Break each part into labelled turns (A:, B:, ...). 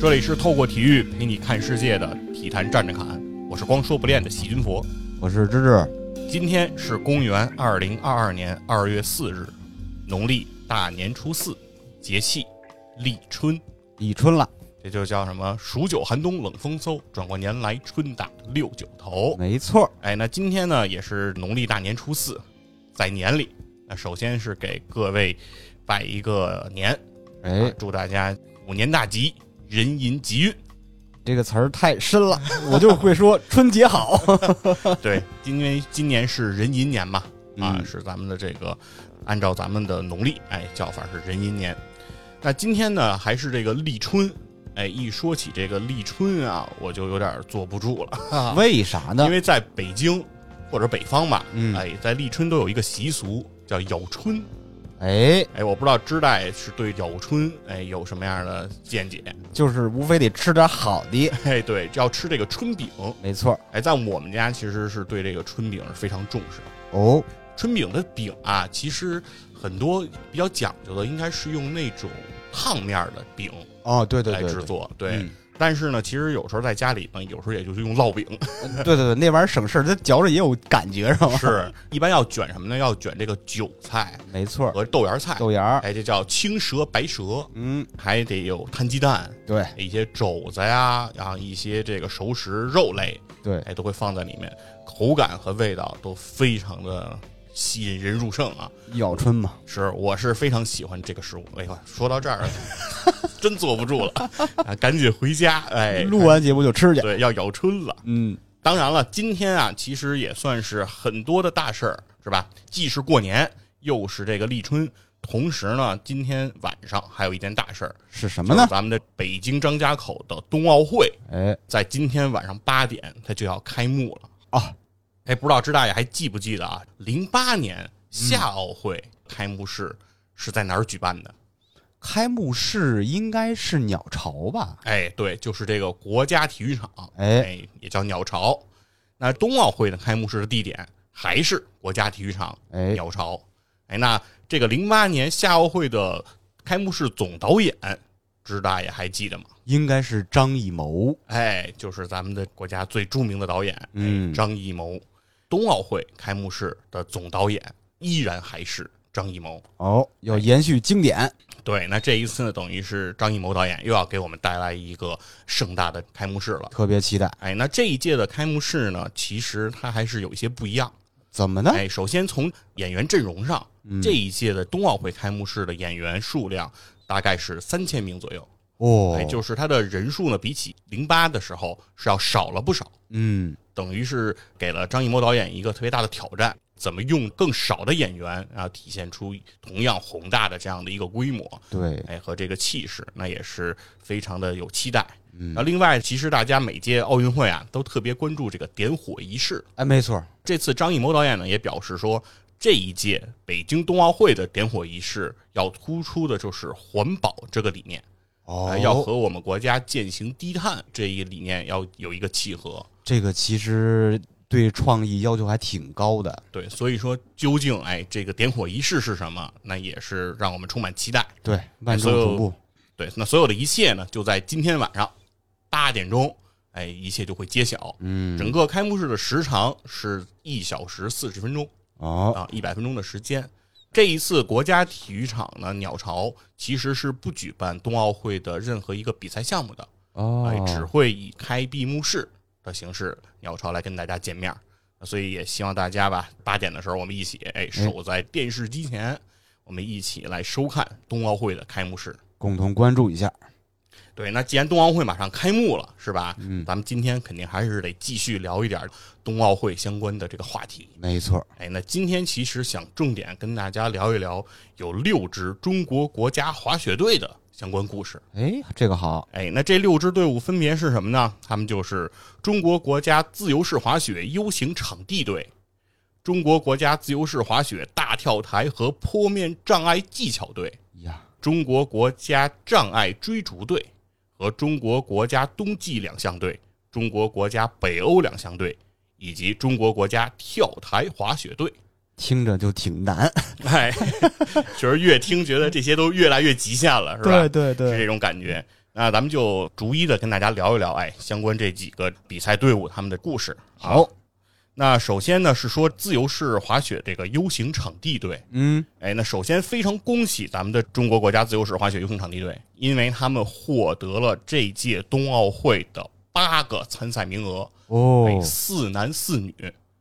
A: 这里是透过体育陪你看世界的体坛站着侃，我是光说不练的喜君佛。
B: 我是芝芝，
A: 今天是公元二零二二年二月四日，农历大年初四，节气立春，
B: 立春了，
A: 这就叫什么？数九寒冬冷风嗖，转过年来春打六九头。
B: 没错儿，
A: 哎，那今天呢也是农历大年初四，在年里，那首先是给各位拜一个年，
B: 哎，
A: 祝大家虎年大吉，人银吉运。
B: 这个词儿太深了， 我就会说春节好，
A: 对，因为今年是壬寅年嘛，啊，
B: 嗯
A: 是咱们的这个，按照咱们的农历，哎，叫法是壬寅年。那今天呢，还是这个立春，哎，一说起这个立春啊，我就有点坐不住了，
B: 为啥 呢
A: 因？为在北京或者北方吧，
B: 嗯
A: 哎，在立春都有一个习俗叫咬春，
B: 哎，
A: 哎，我不知道知代是对咬春，哎，有什么样的见解？
B: 就是无非得吃点好的，
A: 哎，对，要吃这个春饼，
B: 没错儿
A: 哎，在我们家其实是对这个春饼是非常重视的。
B: 哦，
A: 春饼的饼啊，其实很多比较讲究的，应该是用那种烫面儿的饼
B: 哦，对对
A: 来
B: 对
A: 制
B: 对，
A: 作。对
B: 嗯
A: 但是呢，其实有时候在家里呢，有时候也就是用烙饼，
B: 对对对，那玩意儿省事儿，它嚼着也有感觉，是吗？
A: 是一般要卷什么呢？要卷这个韭菜
B: 没错儿，
A: 和豆芽菜，
B: 豆芽儿，
A: 哎，这叫青蛇白蛇，
B: 嗯，
A: 还得有摊鸡蛋。哎
B: 对
A: 一些肘子呀，然后一些这个熟食肉类，
B: 对，
A: 哎，都会放在里面，口感和味道都非常的吸引人入胜啊。
B: 咬春嘛，
A: 是，我是非常喜欢这个食物。哎呦，说到这儿， 真坐不住了，啊赶紧回家。哎，
B: 录完节目就吃去，
A: 对，要咬春了。
B: 嗯，
A: 当然了，今天啊，其实也算是很多的大事儿，是吧？既是过年，又是这个立春，同时呢，今天晚上还有一件大事儿，
B: 是什
A: 什
B: 么呢？
A: 咱们的北京张家口的冬奥会，
B: 哎，
A: 在今天晚上八点，它就要开幕了。
B: 哦，
A: 哎，不知道支大爷还记不记得啊？零八年
B: 嗯
A: 夏奥会开幕式是在哪儿举办的？
B: 开幕式应该是鸟巢吧？
A: 哎，对，就是这个国家体育场，
B: 哎
A: 也叫鸟巢。那冬奥会的开幕式的地点还是国家体育场
B: 哎
A: 鸟巢。哎，那这个零八年夏奥会的开幕式总导演，支大爷还记得吗？
B: 应该是张艺谋，
A: 哎，就是咱们的国家最著名的导演，
B: 嗯
A: 哎张艺谋。冬奥会开幕式的总导演依然还是张艺谋。
B: 哦，要延续经典，
A: 对，那这一次呢，等于是张艺谋导演又要给我们带来一个盛大的开幕式了。
B: 特别期待。
A: 哎，那这一届的开幕式呢，其实它还是有一些不一样。
B: 怎么呢？
A: 哎，首先从演员阵容上，
B: 嗯
A: 这一届的冬奥会开幕式的演员数量大概是三千名左右。
B: 哦，
A: 哎，就是它的人数呢，比起零八的时候是要少了不少，
B: 嗯，
A: 等于是给了张艺谋导演一个特别大的挑战，怎么用更少的演员啊，体现出同样宏大的这样的一个规模。
B: 对，
A: 哎和这个气势，那也是非常的有期待。嗯，那另外，其实大家每届奥运会啊，都特别关注这个点火仪式。
B: 哎，没错，
A: 这次张艺谋导演呢也表示说，这一届北京冬奥会的点火仪式要突出的就是环保这个理念，
B: 哦
A: 哎要和我们国家践行低碳这一理念要有一个契合。
B: 这个其实对创意要求还挺高的，
A: 对，所以说究竟哎这个点火仪式是什么，那也是让我们充满期待。
B: 对，万众瞩目，
A: 对，那所有的一切呢，就在今天晚上八点钟，哎，一切就会揭晓。
B: 嗯，
A: 整个开幕式的时长是一小时四十分钟
B: 哦，
A: 啊，一百分钟的时间。这一次国家体育场呢，鸟巢其实是不举办冬奥会的任何一个比赛项目的，哎，只
B: 哦，
A: 会以开闭幕式的形式，鸟巢来跟大家见面儿。所以也希望大家吧，八点的时候我们一起，哎，守在电视机前，我们一起来收看冬奥会的开幕式。
B: 共同关注一下，
A: 对，那既然冬奥会马上开幕了，是吧？嗯，咱们今天肯定还是得继续聊一点冬奥会相关的这个话题。
B: 没错，
A: 哎，那今天其实想重点跟大家聊一聊有六支中国国家滑雪队的相关故事。
B: 哎，这个好，
A: 哎，那这六支队伍分别是什么呢？他们就是中国国家自由式滑雪 U 型场地队、中国国家自由式滑雪大跳台和坡面障碍技巧队、
B: 哎呀，
A: 中国国家障碍追逐队和中国国家冬季两项队、中国国家北欧两项队以及中国国家跳台滑雪队。
B: 听着就挺难，
A: 哎，就是越听觉得这些都越来越极限了，是吧？
B: 对
A: 是，这种感觉。那那咱们就逐一的跟大家聊一聊，哎，相关这几个比赛队伍他们的故事。
B: 好，
A: 那首先呢是说自由式滑雪这个 U 型场地队，
B: 嗯，
A: 哎，那首先非常恭喜咱们的中国国家自由式滑雪 U 型场地队，因为他们获得了这届冬奥会的八个参赛名额，哎，
B: 哦，
A: 四男四女，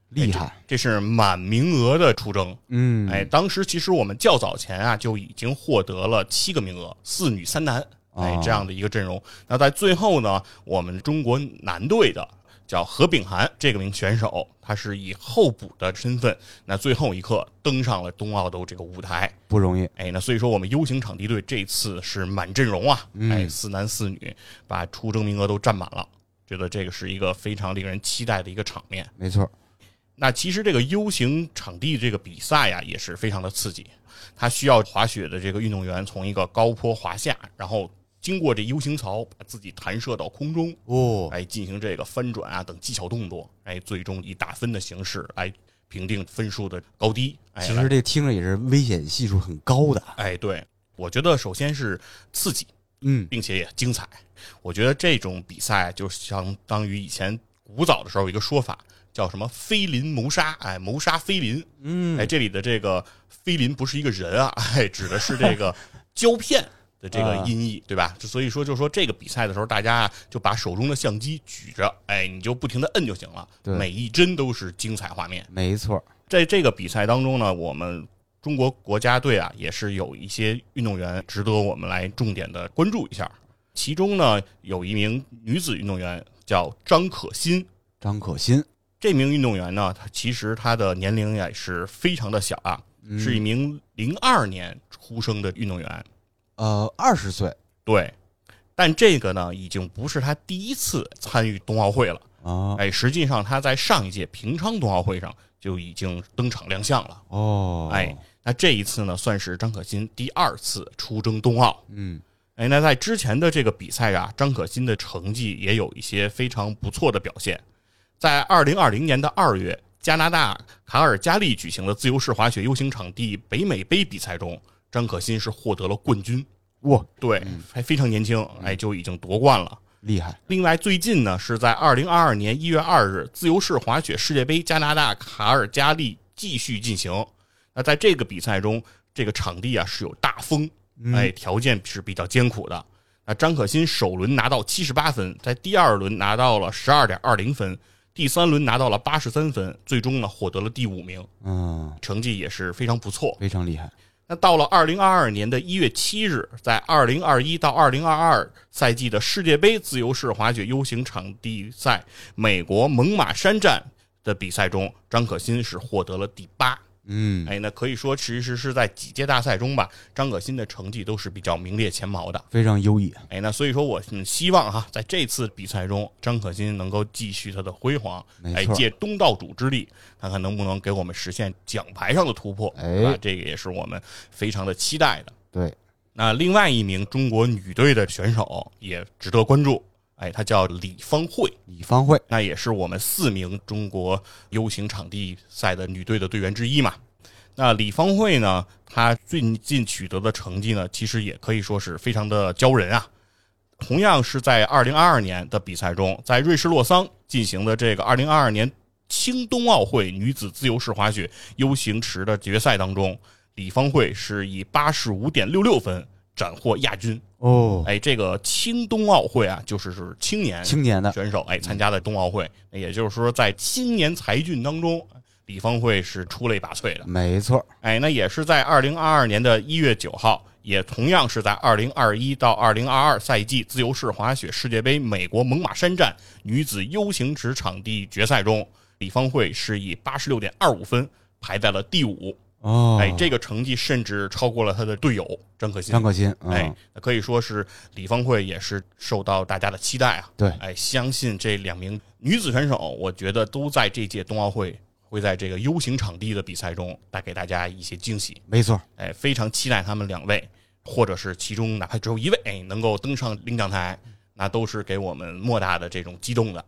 B: 厉害，
A: 这是满名额的出征。
B: 嗯，
A: 哎，当时其实我们较早前啊就已经获得了七个名额，四女三男，哎
B: 哦
A: 这样的一个阵容。那在最后呢，我们中国男队的叫何炳涵这个名选手，他是以候补的身份，那最后一刻登上了冬奥的这个舞台。
B: 不容易，
A: 哎，那所以说我们 U 型场地队这次是满阵容啊，
B: 嗯
A: 哎，四男四女把出征名额都占满了，觉得这个是一个非常令人期待的一个场面。
B: 没错，
A: 那其实这个 U 型场地这个比赛啊呀，也是非常的刺激。它需要滑雪的这个运动员从一个高坡滑下，然后经过这 U 型槽，把自己弹射到空中，
B: 哦，
A: 哎，进行这个翻转啊等技巧动作，哎，最终以打分的形式来评定分数的高低。哎，
B: 其实这听着也是危险系数很高的，
A: 哎，对，我觉得首先是刺激，
B: 嗯，
A: 并且也精彩。我觉得这种比赛就相当于以前古早的时候有一个说法，叫什么“菲林谋杀”，哎，谋杀菲林。
B: 嗯，
A: 哎，这里的这个菲林不是一个人啊， 哎，指的是这 个胶片的这个音
B: 啊
A: 译，对吧？就所以说，就说这个比赛的时候，大家啊就把手中的相机举着，哎，你就不停的摁就行了，
B: 对
A: 每一帧都是精彩画面。
B: 没错，
A: 在这个比赛当中呢，我们中国国家队啊，也是有一些运动员值得我们来重点的关注一下。其中呢，有一名女子运动员叫张可欣。
B: 张可欣，
A: 这名运动员呢，她其实她的年龄也是非常的小啊，是一名零二年出生的运动员。
B: 呃，二十岁
A: 对，但这个呢，已经不是她第一次参与冬奥会了。
B: 啊，
A: 哎，实际上她在上一届平昌冬奥会上就已经登场亮相了。
B: 哦，
A: 哎，那这一次呢，算是张可欣第二次出征冬奥。
B: 嗯，
A: 哎，那在之前的这个比赛啊，张可欣的成绩也有一些非常不错的表现。在二零二零年的二月，加拿大卡尔加利举行的自由式滑雪 U 型场地北美杯比赛中，张可欣是获得了冠军。
B: 哇，嗯
A: 对，还非常年轻，哎，就已经夺冠了。
B: 厉害，
A: 另外，最近呢是在二零二二年一月二日，自由式滑雪世界杯加拿大卡尔加利继续进行。那在这个比赛中，这个场地啊是有大风，哎，条件是比较艰苦的。那张可欣首轮拿到七十八分，在第二轮拿到了十二点二零分，第三轮拿到了八十三分，最终呢获得了第五名，
B: 嗯，
A: 成绩也是非常不错。
B: 非常厉害，
A: 那到了二零二二年的一月七日，在二零二一到二零二二赛季的世界杯自由式滑雪 U 型场地赛美国猛犸山站的比赛中，张可欣是获得了第八。
B: 嗯，
A: 哎，那可以说其实是在几届大赛中吧，张可欣的成绩都是比较名列前茅的。
B: 非常优异，
A: 哎，那所以说我嗯希望哈，在这次比赛中，张可欣能够继续她的辉煌，
B: 没
A: 哎，
B: 错
A: 借东道主之力，看看能不能给我们实现奖牌上的突破，
B: 哎
A: 对吧？这个也是我们非常的期待的。
B: 对，
A: 那另外一名中国女队的选手也值得关注，哎，她叫李芳慧，
B: 李芳慧，
A: 那也是我们四名中国 U 型场地赛的女队的队员之一嘛。那李芳慧呢，她最近取得的成绩呢，其实也可以说是非常的骄人啊。同样是在2022年的比赛中，在瑞士洛桑进行的这个2022年青冬奥会女子自由式滑雪 U 型池的决赛当中，李芳慧是以85.66分斩获亚军。
B: 哦，
A: 哎，这个青冬奥会啊，就是是青年
B: 青年的，
A: 选手哎参加的冬奥会，也就是说在青年才俊当中，李芳慧是出类拔萃的。
B: 没错，
A: 哎，那也是在二零二二年的一月九号，也同样是在二零二一到二零二二赛季自由式滑雪世界杯美国猛犸山站女子 U 型池场地决赛中，李芳慧是以八十六点二五分排在了第五。
B: 哦，
A: 哎，这个成绩甚至超过了她的队友张可欣
B: 张。可欣，嗯
A: 哎，，那可以说是李芳慧也是受到大家的期待啊。
B: 对
A: 哎，相信这两名女子选手，我觉得都在这届冬奥会会在这个 U 型场地的比赛中带给大家一些惊喜。
B: 没错，
A: 哎，非常期待她们两位，或者是其中哪怕只有一位，哎，能够登上领奖台，那都是给我们莫大的这种激动的。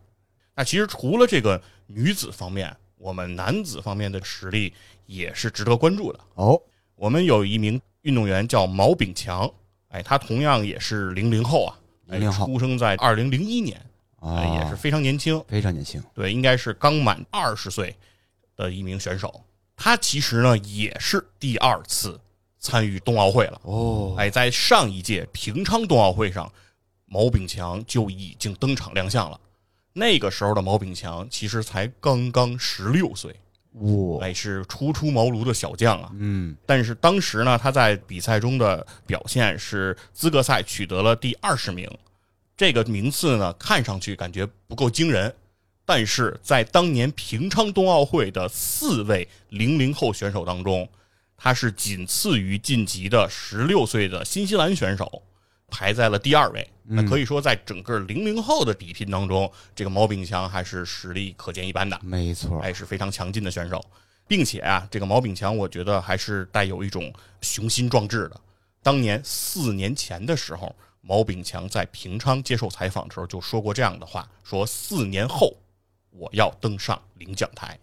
A: 那其实除了这个女子方面，我们男子方面的实力也是值得关注的。
B: 哦，
A: 我们有一名运动员叫毛炳强，哎，他同样也是零零后啊，哎，
B: 零零后
A: 出生在二零零一年，
B: 啊
A: 哎，，也是非常年轻，
B: 非常年轻，
A: 对，应该是刚满二十岁的一名选手。他其实呢也是第二次参与冬奥会了。
B: 哦，
A: 哎，在上一届平昌冬奥会上，毛炳强就已经登场亮相了。那个时候的毛炳强其实才刚刚十六岁，
B: 我，
A: 哎，是初出茅庐的小将啊。
B: 嗯，
A: 但是当时呢，他在比赛中的表现是资格赛取得了第二十名，这个名次呢看上去感觉不够惊人，但是在当年平昌冬奥会的四位零零后选手当中，他是仅次于晋级的十六岁的新西兰选手，排在了第二位。那可以说，在整个零零后的比拼当中，这个毛炳强还是实力可见一斑的。
B: 没错，
A: 哎，是非常强劲的选手，并且啊，这个毛炳强，我觉得还是带有一种雄心壮志的。当年四年前的时候，毛炳强在平昌接受采访的时候就说过这样的话：说四年后我要登上领奖台。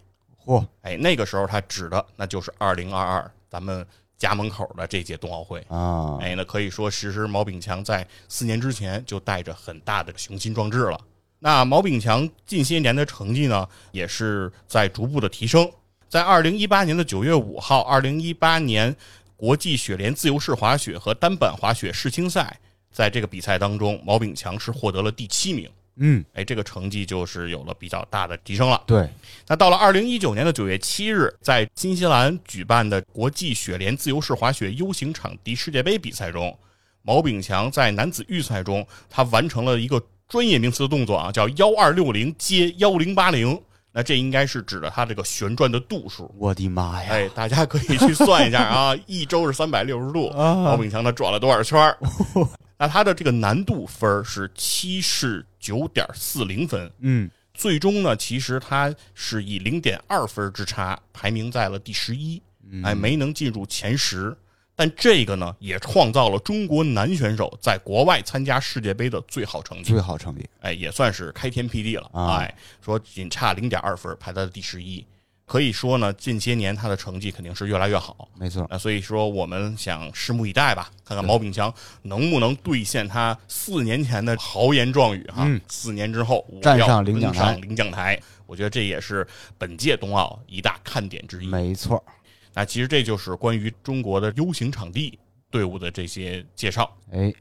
B: 嚯，
A: 哎，那个时候他指的那就是二零二二咱们家门口的这届冬奥会。
B: 啊，
A: 哎，那可以说，其实毛炳强在四年之前就带着很大的雄心壮志了。那毛炳强近些年的成绩呢，也是在逐步的提升。在二零一八年的九月五号，二零一八年国际雪联自由式滑雪和单板滑雪世青赛，在这个比赛当中，毛炳强是获得了第七名。
B: 嗯，
A: 哎，这个成绩就是有了比较大的提升了。
B: 对，
A: 那到了二零一九年的九月七日，在新西兰举办的国际雪联自由式滑雪 U 型场地世界杯比赛中，毛炳强在男子预赛中，他完成了一个专业名词的动作啊，叫幺二六零接幺零八零。那这应该是指的他这个旋转的度数。
B: 我的妈呀，
A: 哎，大家可以去算一下 啊，一周是三百六十度，
B: 啊
A: 毛炳强他转了多少 圈儿？那他的这个难度分儿是七十九点四零分，
B: 嗯，
A: 最终呢，其实他是以零点二分之差排名在了第十一，
B: 嗯
A: 哎，没能进入前十。但这个呢，也创造了中国男选手在国外参加世界杯的最好成绩，
B: 最好成绩，
A: 哎，也算是开天辟地了。
B: 啊
A: 哎，说仅差零点二分排在了第十一，可以说呢，近些年他的成绩肯定是越来越好。
B: 没错，
A: 那所以说，我们想拭目以待吧，看看毛炳强能不能兑现他四年前的豪言壮语哈。
B: 嗯
A: 四年之后，我
B: 站
A: 要
B: 上领
A: 登
B: 奖台
A: 上领奖台，我觉得这也是本届冬奥一大看点之一。
B: 没错，
A: 那其实这就是关于中国的 U 型场地队伍的这些介绍。
B: 哎，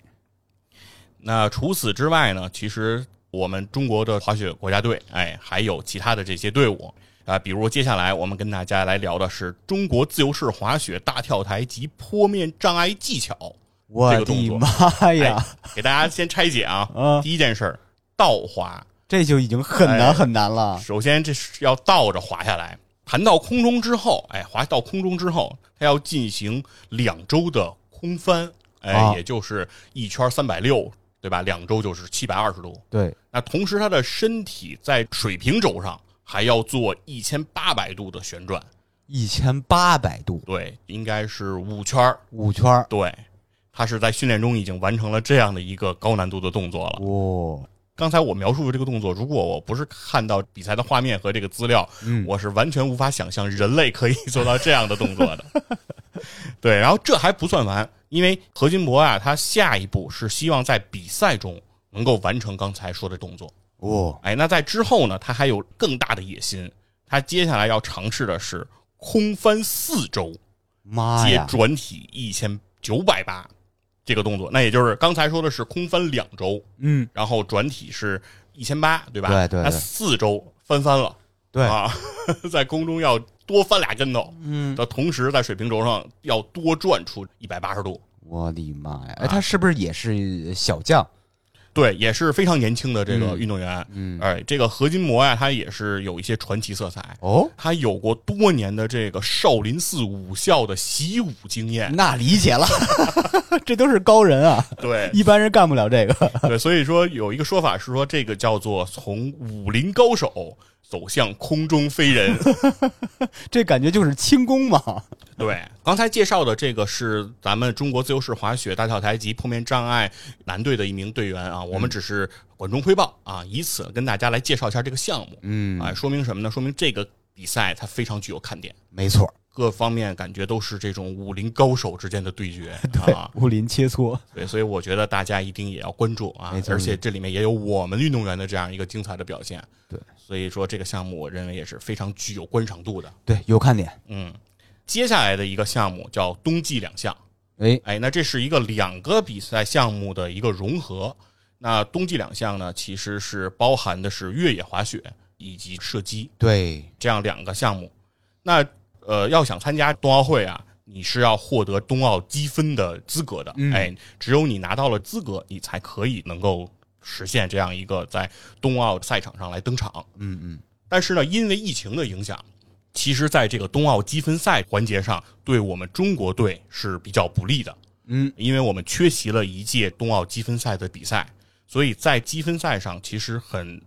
A: 那除此之外呢，其实我们中国的滑雪国家队，哎，还有其他的这些队伍啊，比如接下来我们跟大家来聊的是中国自由式滑雪大跳台及坡面障碍技巧。
B: 我
A: 个动
B: 的
A: 作哎
B: 妈呀，，
A: 给大家先拆解啊
B: 啊，
A: 第一件事儿，倒滑。
B: 这就已经很
A: 哎
B: 难很难了，
A: 首先，这是要倒着滑下来，弹到空中之后，哎，滑到空中之后，它要进行两周的空翻，哎，
B: 啊
A: 也就是一圈三百六，对吧？两周就是七百二十度。
B: 对，
A: 那同时，他的身体在水平轴上还要做一千八百度的旋转，
B: 一千八百度
A: 对，应该是五圈儿。
B: 五圈儿，
A: 对，他是在训练中已经完成了这样的一个高难度的动作了。
B: 哇，
A: 刚才我描述的这个动作，如果我不是看到比赛的画面和这个资料，
B: 嗯
A: 我是完全无法想象人类可以做到这样的动作的。对，然后这还不算完，因为何金博啊，他下一步是希望在比赛中能够完成刚才说的动作。
B: 哇，
A: 哎，那在之后呢，他还有更大的野心，他接下来要尝试的是空翻四周
B: 妈
A: 接
B: 哎呀，
A: 转体一千九百八这个动作，那也就是刚才说的是空翻两周，
B: 嗯，
A: 然后转体是一千八，对吧？
B: 对对对
A: 那四周翻翻了，
B: 对
A: 啊， 在空中要多翻俩跟头，
B: 嗯，
A: 的同时在水平轴上要多转出一百八十度。
B: 我的妈呀！哎，他是不是也是小将？
A: 对，也是非常年轻的这个
B: 嗯
A: 运动员，
B: 嗯，
A: 哎，这个何金魔呀、他也是有一些传奇色彩。
B: 哦，
A: 他有过多年的这个少林寺武校的习武经验，
B: 那理 解了，这都是高人啊，
A: 对
B: 一般人干不了这个。
A: 对，所以说有一个说法是说，这个叫做从武林高手走向空中飞 人。
B: 这感觉就是轻功嘛。
A: 对，刚才介绍的这个是咱们中国自由式滑雪大跳台及碰面障碍男队的一名队员啊，我们只是管中窥豹啊，以此跟大家来介绍一下这个项目
B: 嗯
A: 啊，说明什么呢？说明这个比赛它非常具有看点。
B: 没错，
A: 各方面感觉都是这种武林高手之间的 对决啊。
C: 武林切磋，
A: 对，所以我觉得大家一定也要关注啊
B: 没，错
A: 而且这里面也有我们运动员的这样一个精彩的表现。
B: 对，
A: 所以说这个项目我认为也是非常具有观赏度的。
B: 对，有看点。
A: 嗯，接下来的一个项目叫冬季两项，
B: 哎，
A: 哎，那这是一个两个比赛项目的一个融合。那冬季两项呢，其实是包含的是越野滑雪以及射击
B: 对，
A: 这样两个项目。那呃，要想参加冬奥会啊，你是要获得冬奥积分的资格的。
B: 嗯
A: 哎，只有你拿到了资格，你才可以能够实现这样一个在冬奥赛场上来登场。
B: 嗯嗯，
A: 但是呢，因为疫情的影响，其实在这个冬奥积分赛环节上，对我们中国队是比较不利的。
B: 嗯，
A: 因为我们缺席了一届冬奥积分赛的比赛，所以在积分赛上其实很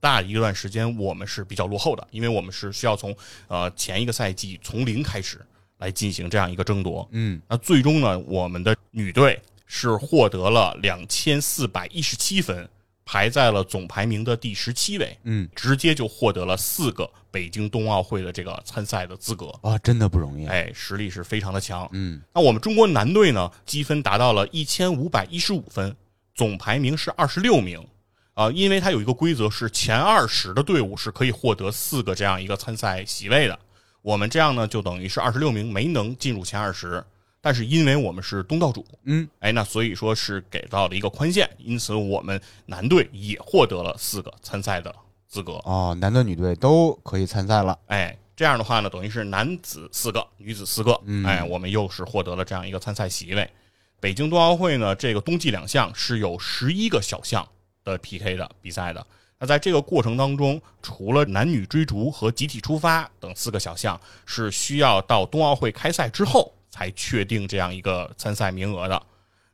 A: 大一段时间我们是比较落后的，因为我们是需要从呃前一个赛季从零开始来进行这样一个争夺。
B: 嗯，
A: 那最终呢，我们的女队是获得了两千四百一十七分，排在了总排名的第十七位。
B: 嗯，
A: 直接就获得了四个北京冬奥会的这个参赛的资格，
B: 哇，啊真的不容易。
A: 哎，实力是非常的强。
B: 嗯，
A: 那我们中国男队呢，积分达到了一千五百一十五分，总排名是二十六名。啊、因为它有一个规则是前二十的队伍是可以获得四个这样一个参赛席位的。我们这样呢，就等于是二十六名没能进入前二十，但是因为我们是东道主，
B: 嗯，
A: 哎，那所以说是给到了一个宽限，因此我们男队也获得了四个参赛的资格。
B: 哦，男队女队都可以参赛了。
A: 哎，这样的话呢，等于是男子四个，女子四个，
B: 嗯
A: 哎，我们又是获得了这样一个参赛席位。北京冬奥会呢，这个冬季两项是有十一个小项的 PK 的比赛的。那在这个过程当中，除了男女追逐和集体出发等四个小项，是需要到冬奥会开赛之后才确定这样一个参赛名额的。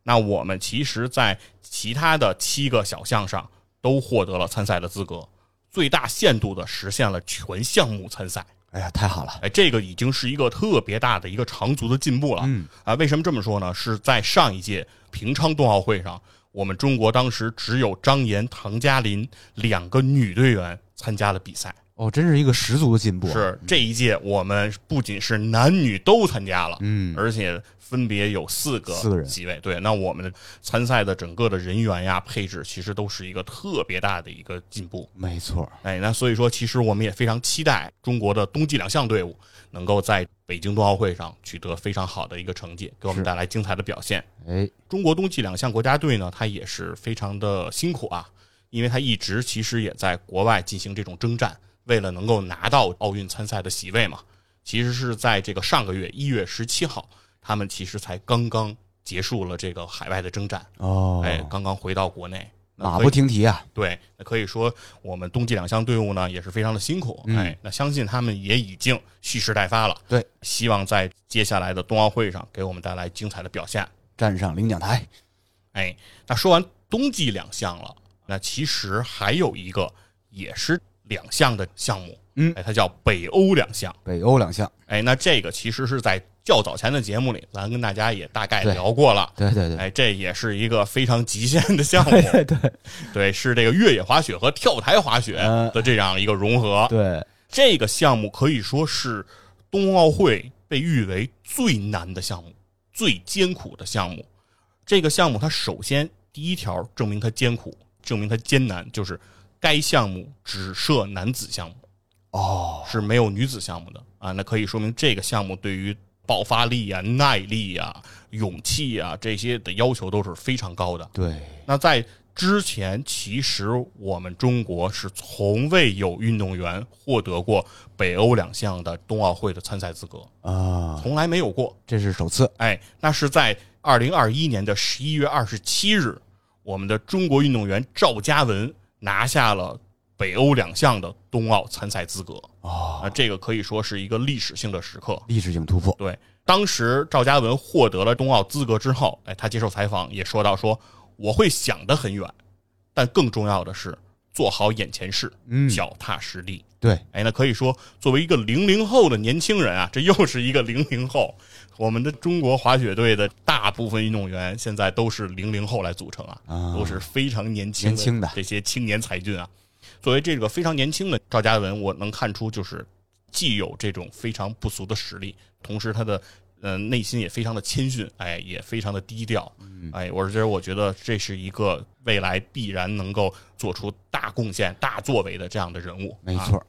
A: 那我们其实，在其他的七个小项上都获得了参赛的资格，最大限度地实现了全项目参赛。
B: 哎呀，太好了。
A: 哎，这个已经是一个特别大的一个长足的进步了。
B: 嗯
A: 啊，为什么这么说呢？是在上一届平昌冬奥会上，我们中国当时只有张岩、唐嘉林两个女队员参加了比赛。
B: 哦，真是一个十足的进步。，啊
A: 是这一届，我们不仅是男女都参加了，
B: 嗯，
A: 而且分别有四个
B: 四个人
A: 席位。对，那我们的参赛的整个的人员呀、配置，其实都是一个特别大的一个进步。
B: 没错。
A: 哎，那所以说，其实我们也非常期待中国的冬季两项队伍能够在北京冬奥会上取得非常好的一个成绩，给我们
B: 是
A: 带来精彩的表现。
B: 哎，
A: 中国冬季两项国家队呢，它也是非常的辛苦啊，因为它一直其实也在国外进行这种征战，为了能够拿到奥运参赛的席位嘛。其实是在这个上个月一月十七号，他们其实才刚刚结束了这个海外的征战，
B: 哦，
A: 哎，刚刚回到国内，那
B: 马
A: 可以
B: 不停蹄啊。
A: 对，那可以说我们冬季两项队伍呢也是非常的辛苦，
B: 嗯
A: 哎，那相信他们也已经蓄势待发了。
B: 对，
A: 希望在接下来的冬奥会上给我们带来精彩的表现。
B: 站上领奖台。
A: 哎，那说完冬季两项了，那其实还有一个也是两项的项目，
B: 嗯
A: 哎，它叫北欧两项。
B: 北欧两项。
A: 哎，那这个其实是在较早前的节目里，咱跟大家也大概
B: 对
A: 聊过了。
B: 对对对，
A: 哎，这也是一个非常极限的项目，
C: 对对对
A: 对，是这个越野滑雪和跳台滑雪的这样一个融合。
C: 对，
A: 这个项目可以说是冬奥会被誉为最难的项目、最艰苦的项目。这个项目它首先第一条证明它艰苦，证明它艰难，就是该项目只设男子项目，
B: 哦，
A: 是没有女子项目的啊。那可以说明这个项目对于爆发力啊、耐力啊、勇气啊这些的要求都是非常高的。
B: 对，
A: 那在之前，其实我们中国是从未有运动员获得过北欧两项的冬奥会的参赛资格，
B: 啊，
A: 从来没有过。
B: 这是首次。
A: 哎，那是在二零二一年的十一月二十七日，我们的中国运动员赵嘉文拿下了北欧两项的冬奥参赛资格
B: 哦，
A: 啊，这个可以说是一个历史性的时刻。
B: 历史性突破。
A: 对，当时赵嘉文获得了冬奥资格之后，哎，他接受采访也说到说，我会想得很远，但更重要的是做好眼前事，
B: 嗯
A: 脚踏实地。
B: 对，
A: 哎，那可以说，作为一个零零后的年轻人啊，这又是一个零零后。我们的中国滑雪队的大部分运动员现在都是零零后来组成啊，
B: 啊
A: 都是非常年轻
B: 年轻的
A: 这些青年才俊啊。作为这个非常年轻的赵嘉文，我能看出就是既有这种非常不俗的实力，同时他的呃内心也非常的谦逊，哎，也非常的低调，
B: 嗯
A: 哎，我是觉得我觉得这是一个未来必然能够做出大贡献、大作为的这样的人物，
B: 没
A: 啊
B: 错儿，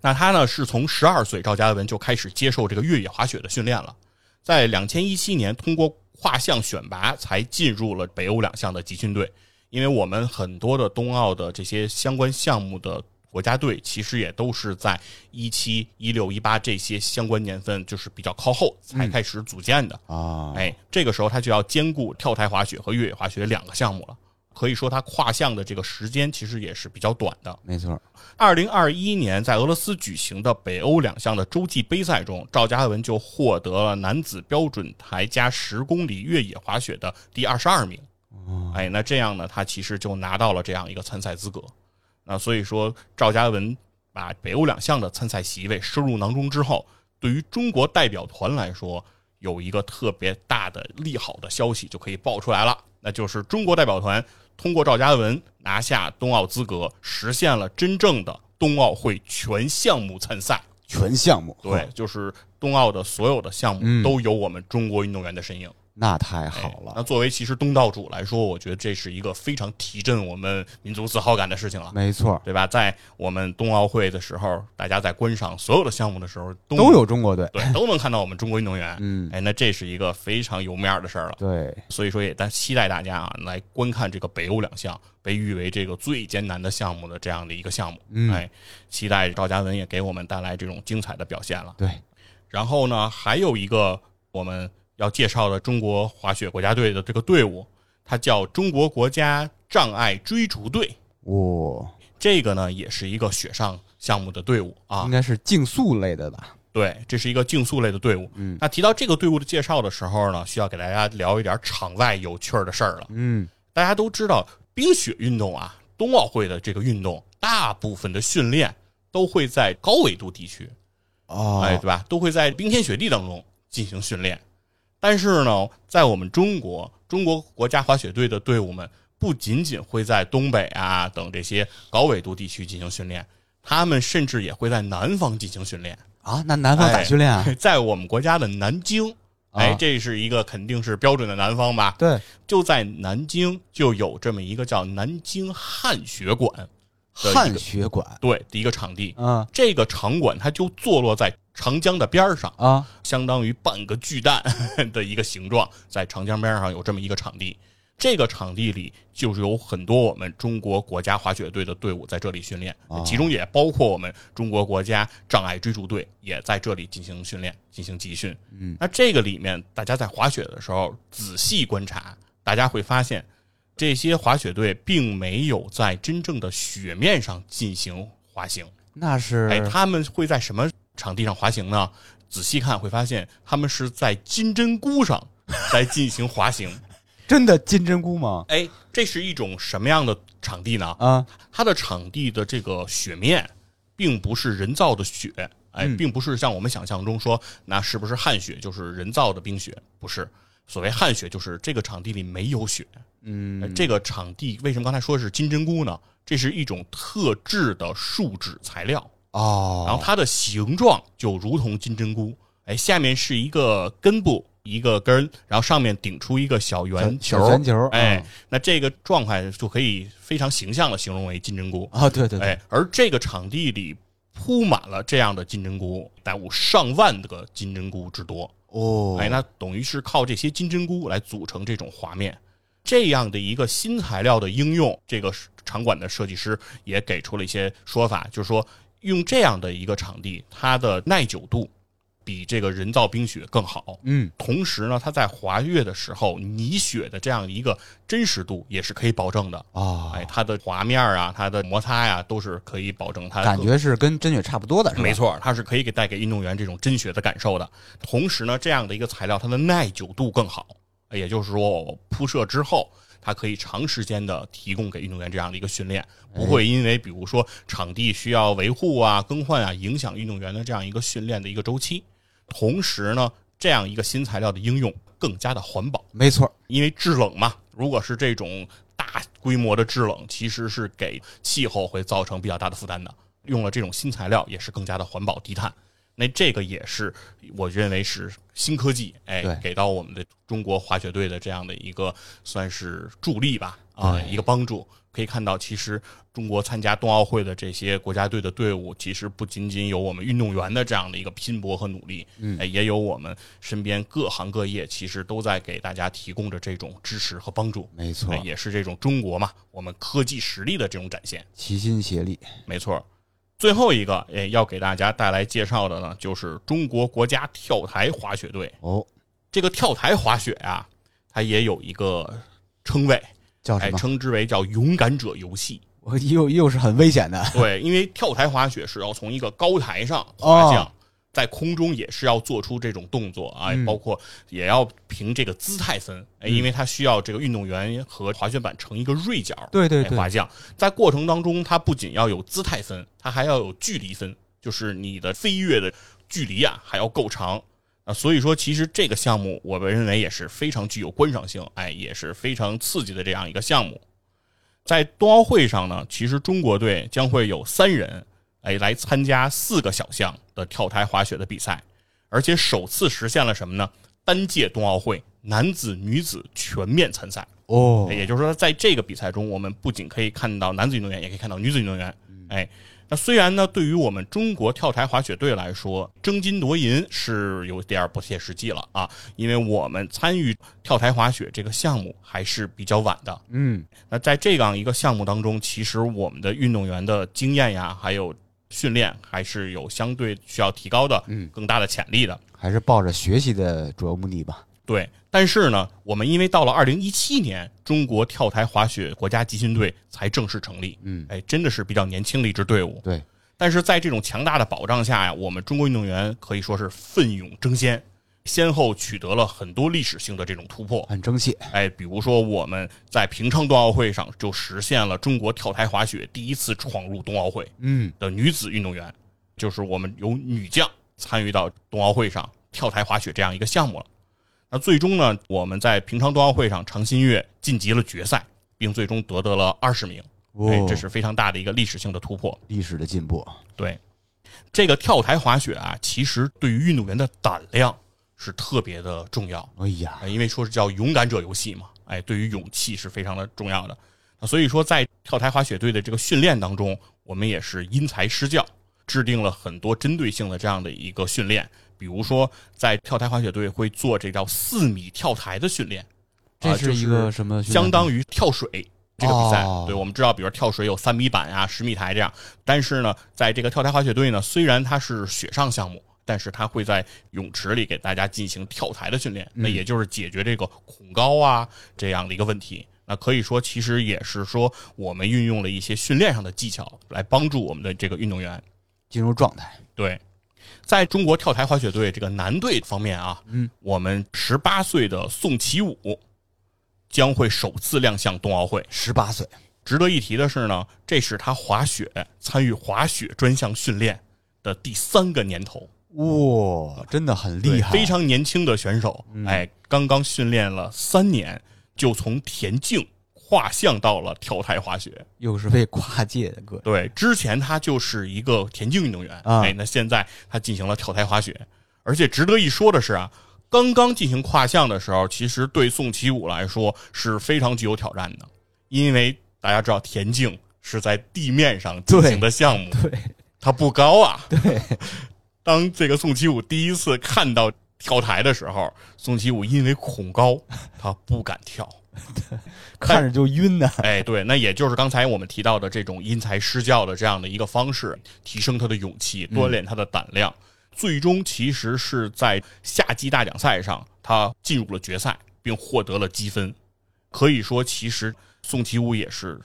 A: 那他呢是从十二岁赵嘉文就开始接受这个越野滑雪的训练了，在两千一七年通过跨项选拔才进入了北欧两项的集训队。因为我们很多的冬奥的这些相关项目的国家队，其实也都是在一七、一六、一八这些相关年份就是比较靠后才开始组建的。
B: 啊，
A: 哎，这个时候他就要兼顾跳台滑雪和越野滑雪两个项目了。可以说，他跨项的这个时间其实也是比较短的。
B: 没错儿，
A: 二零二一年在俄罗斯举行的北欧两项的洲际杯赛中，赵嘉文就获得了男子标准台加十公里越野滑雪的第二十二名。哎，那这样呢，他其实就拿到了这样一个参赛资格。那所以说，赵嘉文把北欧两项的参赛席位收入囊中之后，对于中国代表团来说，有一个特别大的利好的消息就可以爆出来了，那就是中国代表团通过赵嘉文拿下冬奥资格，实现了真正的冬奥会全项目参赛。
B: 全项目哦
A: 对，，就是冬奥的所有的项目
B: 嗯
A: 都有我们中国运动员的身影。
B: 那太
A: 哎
B: 好了，
A: 那作为其实东道主来说，我觉得这是一个非常提振我们民族自豪感的事情了。
B: 没错儿，
A: 对吧？在我们冬奥会的时候，大家在观赏所有的项目的时候，都
B: 都有中国队，
A: 对都能看到我们中国运动员。
B: 嗯，
A: 哎，那这是一个非常有面儿的事儿了。
B: 对，
A: 所以说也大期待大家啊来观看这个北欧两项被誉为这个最艰难的项目的这样的一个项目。
B: 嗯
A: 哎，期待赵嘉文也给我们带来这种精彩的表现了。
B: 对，
A: 然后呢，还有一个我们要介绍的中国滑雪国家队的这个队伍，它叫中国国家障碍追逐队。
B: 哇，
A: 这个呢，也是一个雪上项目的队伍啊，哎
B: 应该是竞速类的吧？
A: 对，这是一个竞速类的队伍。
B: 嗯，
A: 那提到这个队伍的介绍的时候呢，需要给大家聊一点场外有趣儿的事儿了。
B: 嗯，
A: 大家都知道，冰雪运动啊，冬奥会的这个运动，大部分的训练都会在高纬度地区，
B: 哦，
A: 哎，对吧？都会在冰天雪地当中进行训练。但是呢，在我们中国，中国国家滑雪队的队伍们不仅仅会在东北啊等这些高纬度地区进行训练，他们甚至也会在南方进行训练。
B: 啊，那南
A: 哎
B: 方咋训 练啊？
A: 在我们国家的南京，
B: 啊
A: 哎，这是一个肯定是标准的南方吧？
B: 对，
A: 就在南京就有这么一个叫南京汉学馆，的一个
B: 汗血管，
A: 对的一个场地。
B: 嗯
A: 这个场馆它就坐落在长江的边儿上，
B: 啊，
A: 相当于半个巨蛋 的一个形状，在长江边儿上有这么一个场地。这个场地里就是有很多我们中国国家滑雪队的队伍在这里训练，
B: 哦
A: 其中也包括我们中国国家障碍追逐队也在这里进行训练、进行集训。
B: 嗯，
A: 那这个里面大家在滑雪的时候仔细观察，大家会发现这些滑雪队并没有在真正的雪面上进行滑行。
B: 那是
A: 哎，他们会在什么场地上滑行呢？仔细看会发现，他们是在金针菇上来进行滑 行。
B: 真的金针菇吗？
A: 哎，这是一种什么样的场地呢？
B: 啊，
A: 它的场地的这个雪面，并不是人造的雪，哎，
B: 嗯
A: 并不是像我们想象中说，那是不是旱雪就是人造的冰雪？不是，所谓旱雪就是这个场地里没有雪。
B: 嗯
A: 哎这个场地为什么刚才说是金针菇呢？这是一种特制的树脂材料。然
B: 哦，
A: 后它的形状就如同金针菇，哎，下面是一个根部，一个根儿，然后上面顶出一个小圆球，
B: 小小圆球
A: 哎
B: 嗯，
A: 那这个状态就可以非常形象的形容为金针菇，
B: 啊，对对对，
A: 哎，而这个场地里铺满了这样的金针菇，达有上万个金针菇之多，
B: 哦，
A: 哎，那等于是靠这些金针菇来组成这种滑面。这样的一个新材料的应用，这个场馆的设计师也给出了一些说法，就是说用这样的一个场地，它的耐久度比这个人造冰雪更好。
B: 嗯，
A: 同时呢，它在滑跃的时候，泥雪的这样一个真实度也是可以保证的。
B: 哦，
A: 哎，它的滑面啊，它的摩擦呀、都是可以保证它
B: 感
A: 更
B: 觉是跟真雪差不多的，是吧
A: 没，错，它是可以给带给运动员这种真雪的感受的。同时呢，这样的一个材料，它的耐久度更好，也就是说，我铺设之后，它可以长时间的提供给运动员这样的一个训练，
B: 哎
A: 不会因为比如说场地需要维护啊、更换啊，影响运动员的这样一个训练的一个周期。同时呢，这样一个新材料的应用更加的环保。
B: 没错，
A: 因为制冷嘛，如果是这种大规模的制冷，其实是给气候会造成比较大的负担的。用了这种新材料，也是更加的环保低碳。那这个也是我认为是新科技，哎
B: 对，
A: 给到我们的中国滑雪队的这样的一个算是助力吧，啊，一个帮助。可以看到，其实中国参加冬奥会的这些国家队的队伍，其实不仅仅有我们运动员的这样的一个拼搏和努力，嗯，也有我们身边各行各业其实都在给大家提供着这种支持和帮助。
B: 没错
A: 哎，也是这种中国嘛，我们科技实力的这种展现。
B: 齐心协力。
A: 没错。最后一个，诶，要给大家带来介绍的呢，就是中国国家跳台滑雪队。
B: 哦，
A: 这个跳台滑雪啊，它也有一个称谓，
B: 叫
A: 哎，
B: 什么？
A: 称之为叫“勇敢者游戏
B: 我又又是很危险的。”。
A: 对，因为跳台滑雪是要从一个高台上滑降，
B: 哦
A: 在空中也是要做出这种动作啊，
B: 嗯
A: 包括也要凭这个姿态分，哎，因为它需要这个运动员和滑雪板成一个锐角，
B: 对对
A: 哎
B: 对，
A: 滑降，在过程当中，它不仅要有姿态分，它还要有距离分，就是你的飞跃的距离啊，还要够长啊。所以说，其实这个项目，我们认为也是非常具有观赏性，哎，也是非常刺激的这样一个项目。在冬奥会上呢，其实中国队将会有三人哎来参加四个小项的跳台滑雪的比赛，而且首次实现了什么呢？单届冬奥会男子、女子全面参赛。
B: 哦，
A: 也就是说，在这个比赛中，我们不仅可以看到男子运动员，也可以看到女子运动员。
B: 嗯
A: 哎，那虽然呢，对于我们中国跳台滑雪队来说，争金夺银是有点儿不切实际了啊，因为我们参与跳台滑雪这个项目还是比较晚的。
B: 嗯，
A: 那在这样一个项目当中，其实我们的运动员的经验呀，还有训练，还是有相对需要提高的，嗯，更大的潜力的。
B: 还是抱着学习的主要目的吧。
A: 对，但是呢，我们因为到了二零一七年，中国跳台滑雪国家集训队才正式成立。
B: 嗯，
A: 哎，真的是比较年轻的一支队伍。
B: 对，
A: 但是在这种强大的保障下呀，我们中国运动员可以说是奋勇争先，先后取得了很多历史性的这种突破。
B: 很争气。
A: 哎，比如说我们在平昌冬奥会上就实现了中国跳台滑雪第一次闯入冬奥会。
B: 嗯，
A: 的女子运动员，就是我们有女将参与到冬奥会上跳台滑雪这样一个项目了。那最终呢，我们在平昌冬奥会上，常新月晋级了决赛，并最终得到了二十名，
B: 哦
A: 哎，这是非常大的一个历史性的突破。
B: 历史的进步。
A: 对，这个跳台滑雪啊，其实对于运动员的胆量是特别的重要。
B: 哎呀，
A: 呃因为说是叫勇敢者游戏嘛，哎，对于勇气是非常的重要的。那所以说，在跳台滑雪队的这个训练当中，我们也是因材施教，制定了很多针对性的这样的一个训练。比如说，在跳台滑雪队会做这叫四米跳台的训练，啊
B: 这是一
A: 就是
B: 个什么训练？
A: 相当于跳水这个比赛。
B: 哦
A: 对，我们知道，比如跳水有三米板啊、十米台这样，但是呢，在这个跳台滑雪队呢，虽然它是雪上项目。但是它会在泳池里给大家进行跳台的训练，
B: 嗯
A: 那也就是解决这个恐高啊这样的一个问题。那可以说，其实也是说我们运用了一些训练上的技巧来帮助我们的这个运动员。
B: 进入状态。
A: 对，在中国跳台滑雪队这个男队方面啊，嗯，我们十八岁的宋启武将会首次亮相冬奥会。
B: 十八岁，
A: 值得一提的是呢，这是他滑雪参与滑雪专项训练的第三个年头，
B: 哇，真的很厉害，
A: 嗯
B: 嗯
A: 对非常年轻的选手，哎，刚刚训练了三年，就从田径跨项到了跳台滑雪。
B: 又是位跨界的歌。
A: 对，之前他就是一个田径运动员，
B: 啊
A: 哎，那现在他进行了跳台滑雪，而且值得一说的是啊，刚刚进行跨项的时候，其实对宋启武来说是非常具有挑战的，因为大家知道田径是在地面上进行的项目，
B: 对，
A: 它不高啊。
B: 对，
A: 当这个宋启武第一次看到跳台的时候，宋启武因为恐高，他不敢跳。
B: 看着就晕 呢。
A: 哎，对，那也就是刚才我们提到的这种因材施教的这样的一个方式，提升他的勇气，锻炼他的胆量。最终其实是在夏季大奖赛上，他进入了决赛，并获得了积分。可以说，其实宋启武也是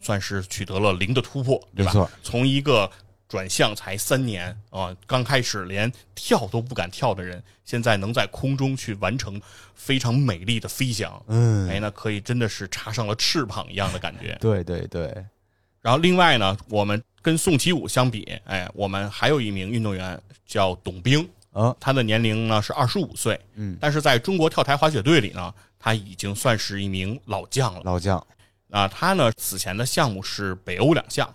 A: 算是取得了零的突破，对
B: 没
A: 吧？
B: 错
A: 从一个转向才三年啊，刚开始连跳都不敢跳的人，现在能在空中去完成非常美丽的飞翔，
B: 嗯，。
A: 哎，那可以真的是插上了翅膀一样的感觉
B: 对对对，
A: 然后另外呢，我们跟宋启武相比，哎，我们还有一名运动员叫董冰，
B: 啊，
A: 他的年龄呢是二十五岁，
B: 嗯，
A: 但是在中国跳台滑雪队里呢，他已经算是一名老将了。
B: 老将
A: 啊，他呢此前的项目是北欧两项，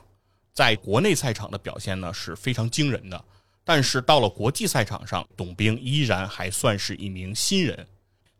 A: 在国内赛场的表现呢是非常惊人的，但是到了国际赛场上，董冰依然还算是一名新人。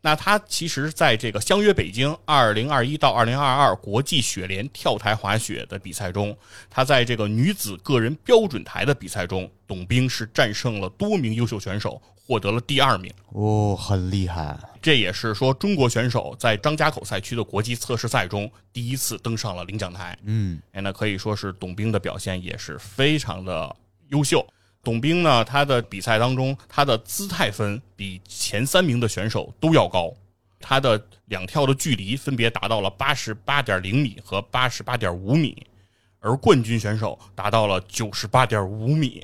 A: 那他其实在这个相约北京二零二一到二零二二国际雪联跳台滑雪的比赛中，他在这个女子个人标准台的比赛中，董冰是战胜了多名优秀选手，获得了第二名。
B: 哦，很厉害，
A: 这也是说中国选手在张家口赛区的国际测试赛中第一次登上了领奖台。
B: 嗯，
A: 哎，那可以说是董冰的表现也是非常的优秀。董冰呢，他的比赛当中，他的姿态分比前三名的选手都要高，他的两跳的距离分别达到了八十八点零米和八十八点五米，而冠军选手达到了九十八点五米。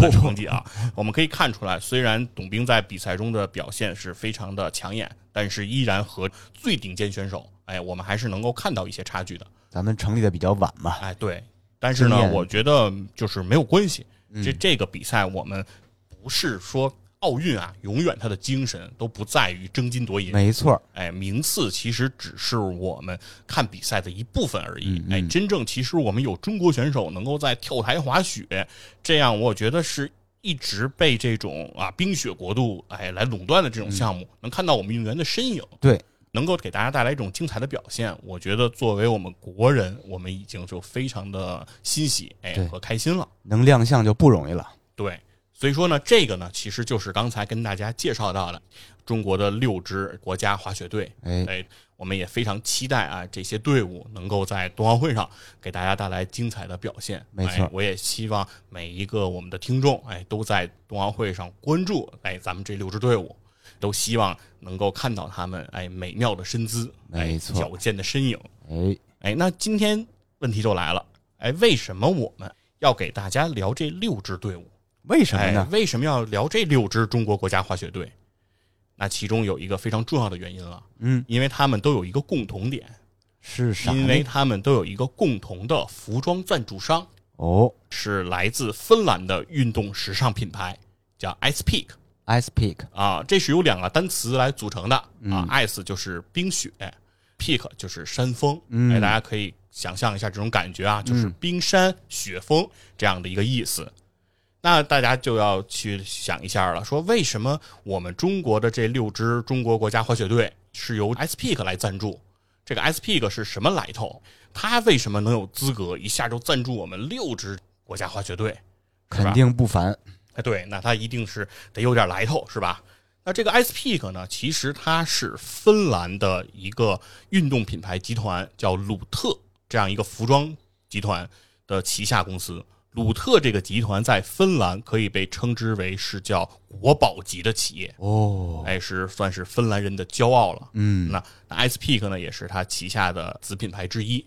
A: 的成绩啊，我们可以看出来，虽然董冰在比赛中的表现是非常的抢眼，但是依然和最顶尖选手，哎，我们还是能够看到一些差距的。
B: 咱们成立的比较晚嘛，
A: 哎，对，但是呢
B: 经，验
A: 我觉得就是没有关系。这这个比赛，我们不是说奥运啊，永远它的精神都不在于争金夺银。
B: 没错儿，
A: 哎，名次其实只是我们看比赛的一部分而已。哎，真正其实我们有中国选手能够在跳台滑雪，这样我觉得是一直被这种啊冰雪国度哎来垄断的这种项目，能看到我们运动员的身影。
B: 对，
A: 能够给大家带来一种精彩的表现，我觉得作为我们国人，我们已经就非常的欣喜哎
B: 对
A: 和开心了。
B: 能亮相就不容易了。
A: 对，所以说呢，这个呢，其实就是刚才跟大家介绍到的中国的六支国家滑雪队。
B: 哎，
A: 哎，我们也非常期待啊，这些队伍能够在冬奥会上给大家带来精彩的表现。
B: 没错
A: 哎我也希望每一个我们的听众，哎，都在冬奥会上关注哎咱们这六支队伍，都希望能够看到他们哎美妙的身姿，哎
B: 没错
A: 矫健的身影。
B: 哎，
A: 哎，那今天问题就来了，哎，为什么我们要给大家聊这六支队伍？
B: 为什么
A: 哎
B: 呢？，
A: 为什么要聊这六支中国国家滑雪队？那其中有一个非常重要的原因了，
B: 嗯，
A: 因为他们都有一个共同点，
B: 是啥呢？
A: 因为他们都有一个共同的服装赞助商，
B: 哦
A: 是来自芬兰的运动时尚品牌，叫 Ice Peak
B: ，Ice Peak，
A: 啊，这是由两个单词来组成的
B: 嗯
A: 啊，ice 就是冰雪，peak 就是山峰，
B: 嗯
A: 哎，大家可以想象一下这种感觉啊，就是冰山、雪峰这样的一个意思。那大家就要去想一下了，说为什么我们中国的这六支中国国家滑雪队是由 Ice Peak 来赞助？这个 Ice Peak 是什么来头？它为什么能有资格一下就赞助我们六支国家滑雪队？是吧
B: 肯定不凡。
A: 哎，对，那它一定是得有点来头，是吧？那这个 Ice Peak 呢，其实它是芬兰的一个运动品牌集团，叫鲁特这样一个服装集团的旗下公司。鲁特这个集团在芬兰可以被称之为是叫国宝级的企业，
B: 哦，
A: 哎，是算是芬兰人的骄傲了。
B: 嗯，
A: 那那 Ice Peak 呢，也是它旗下的子品牌之一。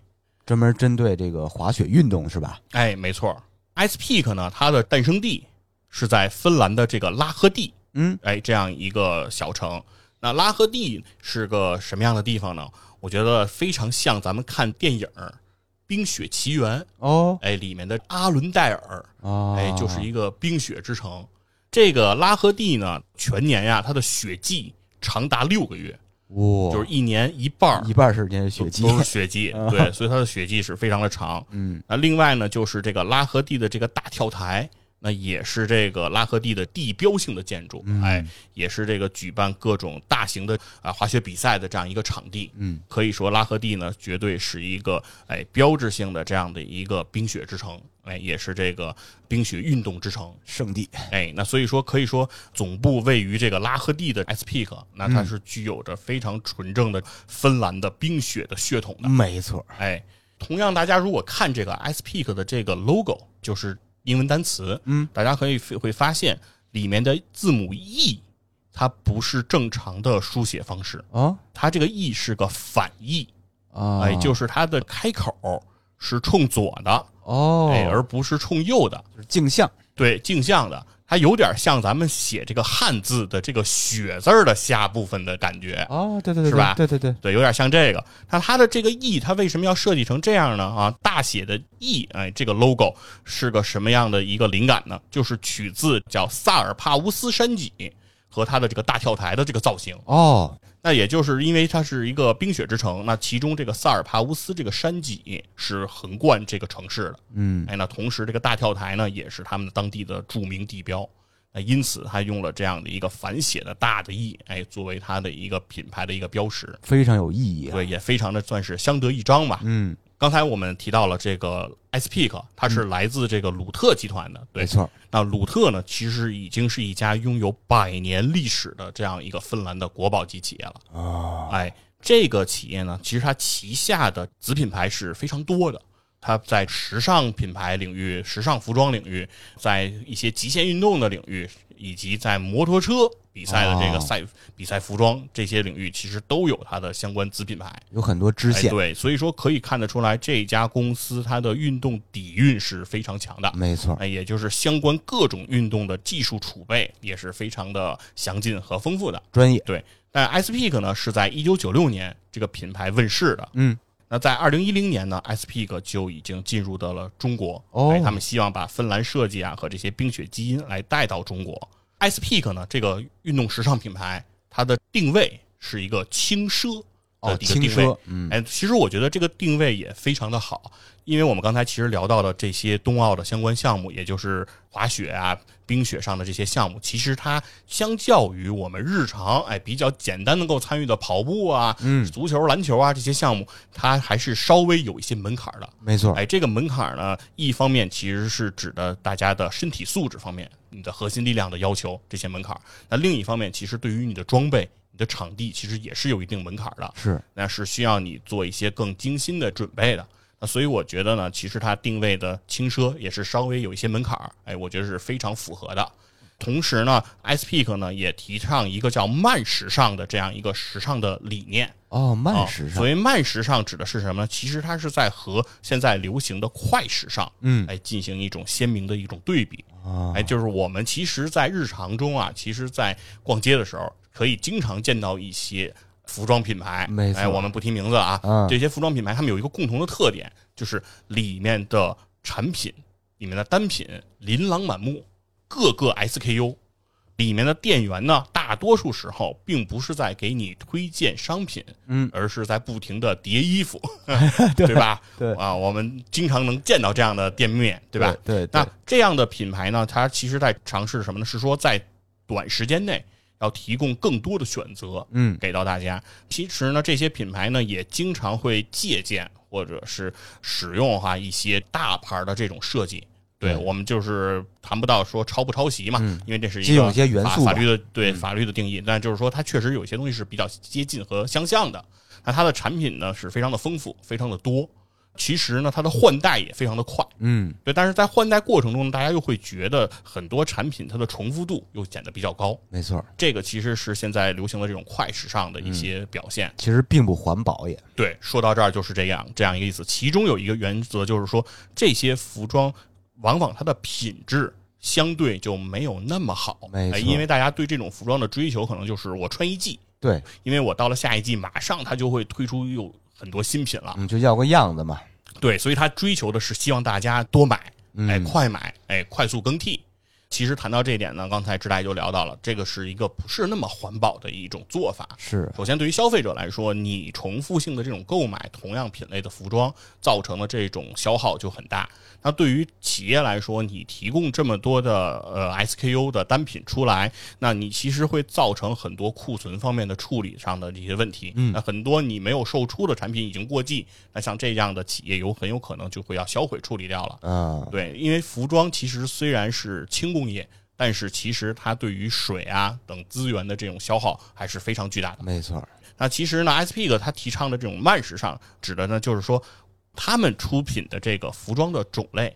B: 专门针对这个滑雪运动是吧？
A: 哎，没错，Ice Peak 呢，它的诞生地是在芬兰的这个拉赫蒂，
B: 嗯，
A: 哎，这样一个小城。那拉赫蒂是个什么样的地方呢？我觉得非常像咱们看电影《冰雪奇缘》
B: 哦
A: 哎里面的阿伦戴尔，
B: 啊，
A: 哎，就是一个冰雪之城。这个拉赫蒂呢，全年呀，它的雪季长达六个月，
B: 哇，
A: 就是一年一半儿
B: 一半时间是雪季
A: 都，都是雪 季，对，所以它的雪季是非常的长。
B: 嗯，
A: 那另外呢，就是这个拉合地的这个大跳台，那也是这个拉合地的地标性的建筑，
B: 嗯
A: 哎，也是这个举办各种大型的啊滑雪比赛的这样一个场地。
B: 嗯，
A: 可以说拉合地呢，绝对是一个哎标志性的这样的一个冰雪之城，哎，也是这个冰雪运动之城。
B: 圣地。
A: 哎，那所以说可以说总部位于这个拉赫蒂的 S Peak，那它是具有着非常纯正的芬兰的冰雪的血统的。
B: 没错儿，
A: 哎，同样大家如果看这个 S Peak 的这个 logo，就是英文单词，嗯，大家可以会发现里面的字母 E，它不是正常的书写方式，
B: 啊
A: 它这个 E 是个反义，
B: 啊，
A: 哎，就是它的开口是冲左的，
B: 哦，
A: 哎，而不是冲右的。
B: 就是镜像
A: 对镜像的，它有点像咱们写这个汉字的这个“雪”字儿的下部分的感觉，
B: 哦，对对对，
A: 是吧
B: 对对对，
A: 对，有点像这个。那它的这个 “e”，它为什么要设计成这样呢？啊，大写的 “e”，哎，这个 logo 是个什么样的一个灵感呢？就是取自叫萨尔帕乌斯山脊和它的这个大跳台的这个造型。
B: 哦，
A: 那也就是因为它是一个冰雪之城，那其中这个萨尔帕乌斯这个山脊是横贯这个城市的。
B: 嗯
A: 哎，那同时这个大跳台呢，也是他们当地的著名地标。那因此，他用了这样的一个反写的大的翼，哎，作为它的一个品牌的一个标识，
B: 非常有意义啊。
A: 对，也非常的算是相得益彰吧。
B: 嗯，
A: 刚才我们提到了这个 S Peak，它是来自这个鲁特集团的，
B: 没
A: 对，
B: 错儿，
A: 那鲁特呢，其实已经是一家拥有百年历史的这样一个芬兰的国宝级企业了。
B: 啊，
A: 哎，这个企业呢，其实它旗下的子品牌是非常多的。它在时尚品牌领域、时尚服装领域，在一些极限运动的领域，以及在摩托车比赛的这个
B: 哦
A: 赛、比赛服装这些领域，其实都有它的相关子品牌。
B: 有很多支
A: 哎，
B: 线，
A: 对，所以说可以看得出来，这家公司它的运动底蕴是非常强的。
B: 没错儿，
A: 哎，也就是相关各种运动的技术储备也是非常的详尽和丰富的。
B: 专业。
A: 对，但 S Peak 呢是在一九九六年这个品牌问世的。
B: 嗯，
A: 那在二零一零年呢，S Peak 就已经进入到了中国。
B: 哦
A: 哎，他们希望把芬兰设计啊和这些冰雪基因来带到中国。S Peak 呢这个运动时尚品牌，它的定位是一个轻奢
B: 哦
A: 的，一个
B: 轻
A: 定位。
B: 奢，嗯，
A: 哎，其实我觉得这个定位也非常的好，因为我们刚才其实聊到的这些冬奥的相关项目，也就是滑雪啊、冰雪上的这些项目，其实它相较于我们日常哎比较简单能够参与的跑步啊、
B: 嗯
A: 足球、篮球啊这些项目，它还是稍微有一些门槛的。
B: 没错儿，
A: 哎，这个门槛呢，一方面其实是指的大家的身体素质方面，你的核心力量的要求这些门槛儿；那另一方面，其实对于你的装备、你的场地，其实也是有一定门槛的。
B: 是
A: 那是需要你做一些更精心的准备的。那所以我觉得呢，其实它定位的轻奢也是稍微有一些门槛儿，哎，我觉得是非常符合的。同时呢，S Peak 呢也提倡一个叫慢时尚的这样一个时尚的理念。
B: 哦，慢
A: 啊
B: 时尚
A: 所，谓慢时尚指的是什么呢？其实它是在和现在流行的快时尚，
B: 嗯
A: 哎，进行一种鲜明的一种对比。
B: 啊，
A: 哎，就是我们其实，在日常中啊，其实，在逛街的时候，可以经常见到一些服装品牌，
B: 没错
A: 哎，我们不提名字啊，
B: 嗯
A: 这些服装品牌他们有一个共同的特点，就是里面的产品、里面的单品琳琅满目，各个 SKU。里面的店员呢，大多数时候并不是在给你推荐商品，
B: 嗯，
A: 而是在不停的叠衣服，对吧？
B: 对
A: 啊，我们经常能见到这样的店面，对吧？
B: 对，对
A: 那这样的品牌呢，它其实在尝试什么呢？是说在短时间内要提供更多的选择
B: 嗯，
A: 给到大家。其实呢，这些品牌呢也经常会借鉴或者是使用哈一些大牌的这种设计。对
B: 对
A: 我们就是谈不到说抄不抄袭嘛，
B: 嗯
A: 因为这是一
B: 既
A: 个
B: 有一些元
A: 法
B: 素
A: 法
B: 吧嗯
A: 律的对法律的定义，但就是说它确实有些东西是比较接近和相像的。那它的产品呢是非常的丰富，非常的多。其实呢，它的换代也非常的快。
B: 嗯，
A: 对，但是在换代过程中，大家又会觉得很多产品它的重复度又显得比较高，
B: 没错儿，
A: 这个其实是现在流行的这种快时尚的一
B: 嗯
A: 些表现。
B: 其实并不环保也，
A: 对，说到这儿就是这样这样一个意思。其中有一个原则就是说，这些服装往往它的品质。相对就没有那么好，
B: 没
A: 哎
B: 错
A: 因为大家对这种服装的追求可能就是我穿一季，
B: 对，
A: 因为我到了下一季马上它就会推出有很多新品了，
B: 嗯，就要个样子嘛，
A: 对，所以他追求的是希望大家多买，
B: 嗯
A: 哎，快买，哎，快速更替。其实谈到这一点呢，刚才直达也就聊到了，这个是一个不是那么环保的一种做法。
B: 是
A: 首先，对于消费者来说，你重复性的这种购买同样品类的服装，造成的这种消耗就很大。那对于企业来说，你提供这么多的呃 SKU 的单品出来，那你其实会造成很多库存方面的处理上的这些问题。嗯，那很多你没有售出的产品已经过季，那像这样的企业有很有可能就会要销毁处理掉了。
B: 啊，
A: 对，因为服装其实虽然是轻工业，但是其实它对于水啊等资源的这种消耗还是非常巨大的。
B: 没错儿，
A: 那其实呢，S Pig 它提倡的这种慢时尚，指的呢就是说，他们出品的这个服装的种类、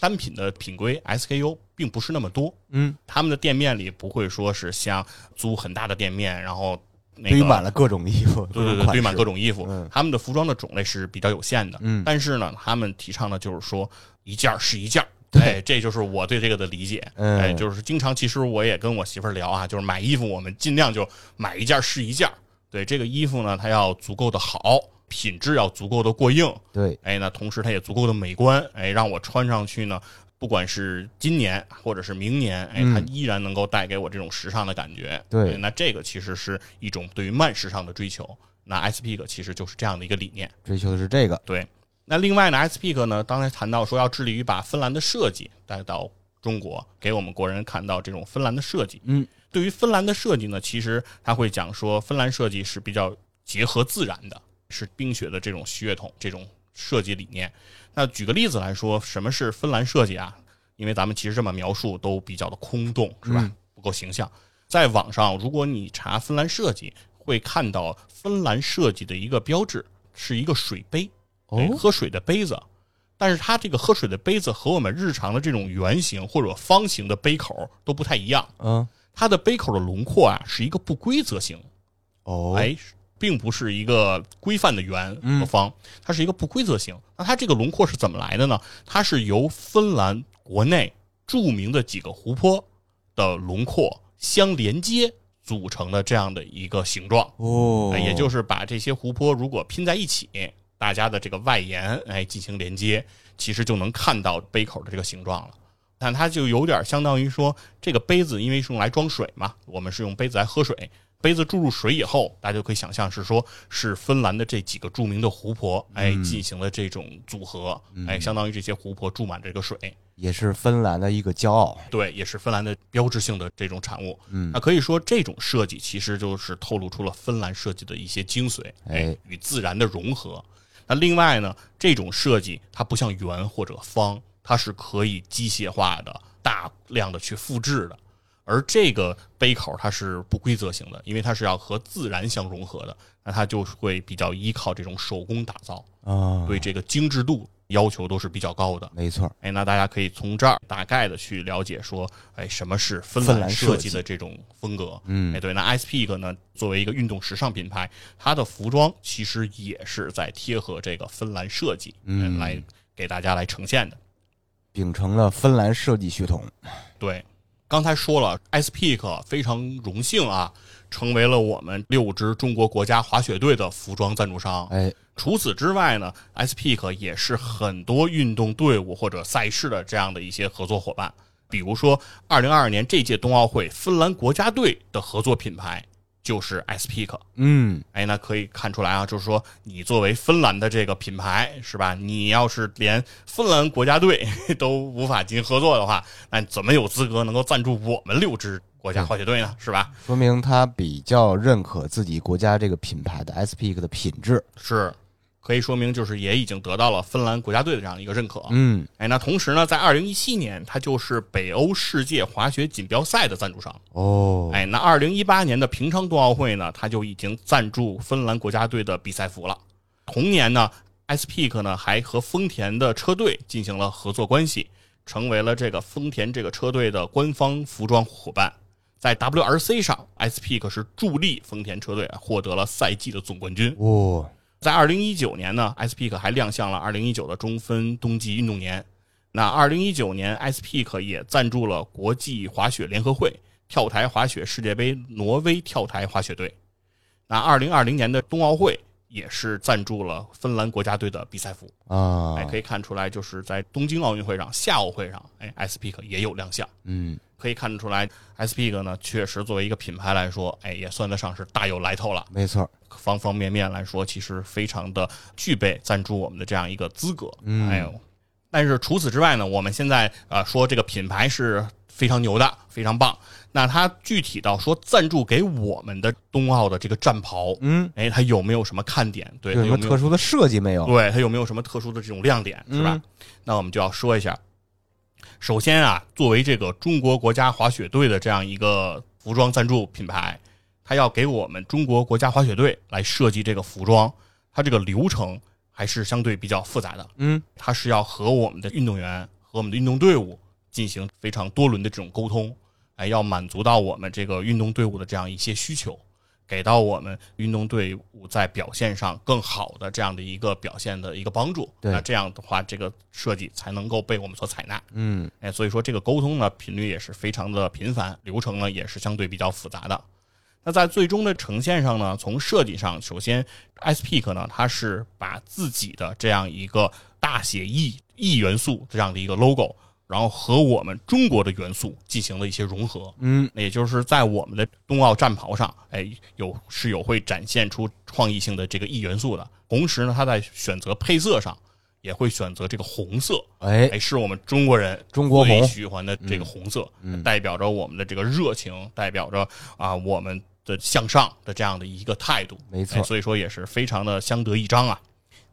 A: 单品的品规 SKU 并不是那么多。
B: 嗯，
A: 他们的店面里不会说是像租很大的店面，然后那
B: 堆满
A: 个。
B: 了各种衣服，
A: 对对
B: 各
A: 对，
B: 种
A: 堆满
B: 款式
A: 各种衣服，
B: 嗯
A: 他们的服装的种类是比较有限的。
B: 嗯
A: 但是呢，他们提倡的就是说一件儿是一件儿，
B: 对
A: 哎，这就是我对这个的理解。
B: 嗯
A: 哎，就是经常其实我也跟我媳妇儿聊啊，就是买衣服我们尽量就买一件儿是一件儿。对这个衣服呢，它要足够的好，品质要足够的过硬，嗯
B: 对，
A: 哎，那同时它也足够的美观，哎，让我穿上去呢不管是今年或者是明年，哎，
B: 嗯
A: 它依然能够带给我这种时尚的感觉。
B: 对
A: 哎那这个其实是一种对于慢时尚的追求。那 SPIC 其实就是这样的一个理念。
B: 追求的是这个，
A: 对，那另外呢，SPIC 呢，刚才谈到说要致力于把芬兰的设计带到中国，给我们国人看到这种芬兰的设计。
B: 嗯，
A: 对于芬兰的设计呢，其实他会讲说，芬兰设计是比较结合自然的，是冰雪的这种血统，这种设计理念。那举个例子来说，什么是芬兰设计啊？因为咱们其实这么描述都比较的空洞，是吧？不够形象。在网上，如果你查芬兰设计，会看到芬兰设计的一个标志是一个水杯，哎
B: 哦
A: 喝水的杯子。但是它这个喝水的杯子和我们日常的这种圆形或者方形的杯口都不太一样，
B: 嗯，
A: 它的杯口的轮廓啊是一个不规则形，
B: 哦，
A: 哎，并不是一个规范的圆和
B: 嗯
A: 方，它是一个不规则形。那它这个轮廓是怎么来的呢？它是由芬兰国内著名的几个湖泊的轮廓相连接组成的这样的一个形状。
B: 哦
A: 哎，也就是把这些湖泊如果拼在一起，大家的这个外延哎进行连接，其实就能看到杯口的这个形状了。但它就有点相当于说，这个杯子因为是用来装水嘛，我们是用杯子来喝水。杯子注入水以后，大家就可以想象是说，是芬兰的这几个著名的湖泊，哎，进行了这种组合，哎，相当于这些湖泊注满这个水，
B: 也是芬兰的一个骄傲，
A: 对，也是芬兰的标志性的这种产物。
B: 嗯
A: 那可以说这种设计其实就是透露出了芬兰设计的一些精髓，
B: 哎，
A: 与自然的融合。那另外呢，这种设计它不像圆或者方，它是可以机械化的、大量的去复制的。而这个杯口它是不规则型的，因为它是要和自然相融合的，那它就会比较依靠这种手工打造，
B: 啊，
A: 对这个精致度要求都是比较高的。
B: 没错，
A: 哎，那大家可以从这儿大概的去了解说，哎，什么是芬
B: 芬
A: 兰
B: 兰
A: 设
B: 设
A: 计
B: 计
A: 的这种风格？
B: 嗯
A: 哎，对，那 SPIC 呢，作为一个运动时尚品牌，它的服装其实也是在贴合这个芬兰设计，
B: 嗯
A: 哎来给大家来呈现的。
B: 秉承了芬兰设计血统，
A: 对，刚才说了，SPIC 非常荣幸啊，成为了我们六支中国国家滑雪队的服装赞助商。
B: 哎，
A: 除此之外呢，SPIC 也是很多运动队伍或者赛事的这样的一些合作伙伴。比如说，二零二二年这届冬奥会，芬兰国家队的合作品牌就是 SPIC。
B: 嗯，
A: 哎，那可以看出来啊，就是说你作为芬兰的这个品牌是吧？你要是连芬兰国家队 都无法进行合作的话，那怎么有资格能够赞助我们六支国家滑雪队呢？是吧？
B: 说明他比较认可自己国家这个品牌的 SPIC 的品质，
A: 是，可以说明就是也已经得到了芬兰国家队的这样一个认可。
B: 嗯，
A: 哎，那同时呢，在二零一七年，它就是北欧世界滑雪锦标赛的赞助商。
B: 哦，
A: 哎，那二零一八年的平昌冬奥会呢，它就已经赞助芬兰国家队的比赛服了。同年呢，SPIC 呢还和丰田的车队进行了合作关系，成为了这个丰田这个车队的官方服装伙伴。在 WRC 上，SPIC 是助力丰田车队哎获得了赛季的总冠军。
B: 哦，
A: 在二零一九年呢，SPIC 还亮相了二零一九的中分冬季运动年。那二零一九年，SPIC 也赞助了国际滑雪联合会跳台滑雪世界杯挪威跳台滑雪队。那二零二零年的冬奥会也是赞助了芬兰国家队的比赛服。
B: 啊
A: 哎，，可以看出来，就是在东京奥运会上、夏奥会上，哎，SPIC 也有亮相。
B: 嗯，
A: 可以看得出来，SPIC 呢，确实作为一个品牌来说，哎，也算得上是大有来头了。
B: 没错，
A: 方方面面来说，其实非常的具备赞助我们的这样一个资格。
B: 嗯
A: 哎呦，但是除此之外呢，我们现在呃说这个品牌是非常牛的，非常棒。那它具体到说赞助给我们的冬奥的这个战袍，
B: 嗯，
A: 哎，它有没有什么看点？对，它
B: 有什
A: 有
B: 么
A: 没
B: 特
A: 有？
B: 殊的设计没有？
A: 对，它有没有什么特殊的这种亮点，是吧？
B: 嗯
A: 那我们就要说一下。首先啊，作为这个中国国家滑雪队的这样一个服装赞助品牌，它要给我们中国国家滑雪队来设计这个服装，它这个流程还是相对比较复杂的。
B: 嗯，
A: 它是要和我们的运动员和我们的运动队伍进行非常多轮的这种沟通，哎，要满足到我们这个运动队伍的这样一些需求，给到我们运动队伍在表现上更好的这样的一个表现的一个帮助。
B: 对
A: 那这样的话，这个设计才能够被我们所采纳。
B: 嗯，
A: 哎，所以说这个沟通呢频率也是非常的频繁，流程呢也是相对比较复杂的。那在最终的呈现上呢，从设计上，首先 SPIC 呢，它是把自己的这样一个大写 E E 元素这样的一个 logo，然后和我们中国的元素进行了一些融合。
B: 嗯，
A: 也就是在我们的冬奥战袍上，哎，有是有会展现出创意性的这个 E 元素的。同时呢，它在选择配色上也会选择这个红色，
B: 哎，
A: 哎，是我们中国人
B: 中国红嗯
A: 最喜欢的这个红色，代表着我们的这个热情，代表着啊我们的向上的这样的一个态度，
B: 没错
A: 哎所以说也是非常的相得益彰啊。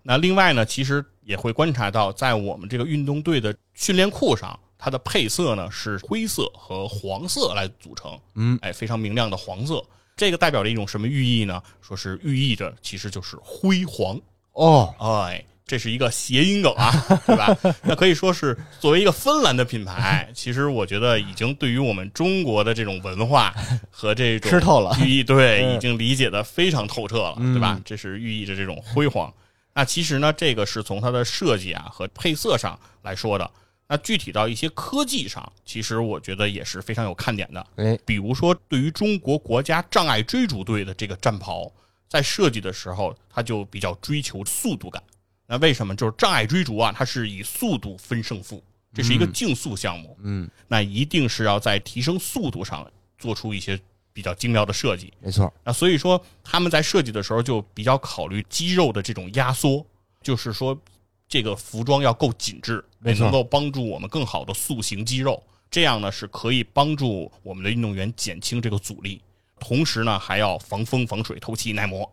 A: 那另外呢，其实也会观察到，在我们这个运动队的训练裤上，它的配色呢是灰色和黄色来组成，
B: 嗯，
A: 哎，非常明亮的黄色。这个代表着一种什么寓意呢？说是寓意着，其实就是辉煌，
B: 哦，
A: 哎，这是一个谐音梗啊，对吧？那可以说是作为一个芬兰的品牌，其实我觉得已经对于我们中国的这种文化和这种
B: 吃透了
A: 寓意，对，
B: 嗯
A: 已经理解的非常透彻了，对吧？这是寓意着这种辉煌。那其实呢，这个是从它的设计啊和配色上来说的。那具体到一些科技上，其实我觉得也是非常有看点的。
B: 哎，
A: 比如说，对于中国国家障碍追逐队的这个战袍，在设计的时候，它就比较追求速度感。那为什么？就是障碍追逐啊，它是以速度分胜负，这是一个竞速项目。
B: 嗯，
A: 那一定是要在提升速度上做出一些比较精妙的设计。
B: 没错，
A: 那所以说，他们在设计的时候就比较考虑肌肉的这种压缩，就是说这个服装要够紧致，
B: 没错
A: 能够帮助我们更好的塑形肌肉。这样呢是可以帮助我们的运动员减轻这个阻力，同时呢还要防风、防水、透气、耐磨，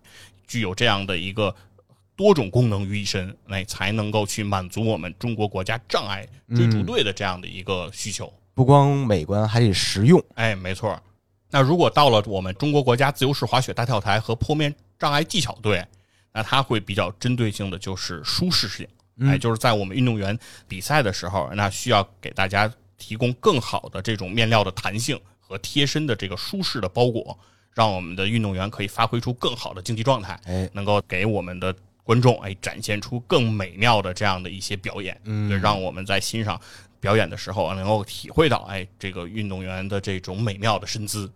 A: 具有这样的一个多种功能于一身，那才能够去满足我们中国国家障碍追
B: 嗯
A: 逐队的这样的一个需求。
B: 不光美观，还得实用。
A: 哎，没错儿。那如果到了我们中国国家自由式滑雪大跳台和坡面障碍技巧队，那它会比较针对性的就是舒适性，哎，就是在我们运动员比赛的时候，那需要给大家提供更好的这种面料的弹性和贴身的这个舒适的包裹，让我们的运动员可以发挥出更好的竞技状态，
B: 哎，
A: 能够给我们的观众哎展现出更美妙的这样的一些表演，嗯，让我们在欣赏表演的时候啊能够体会到哎这个运动员的这种美妙的身姿。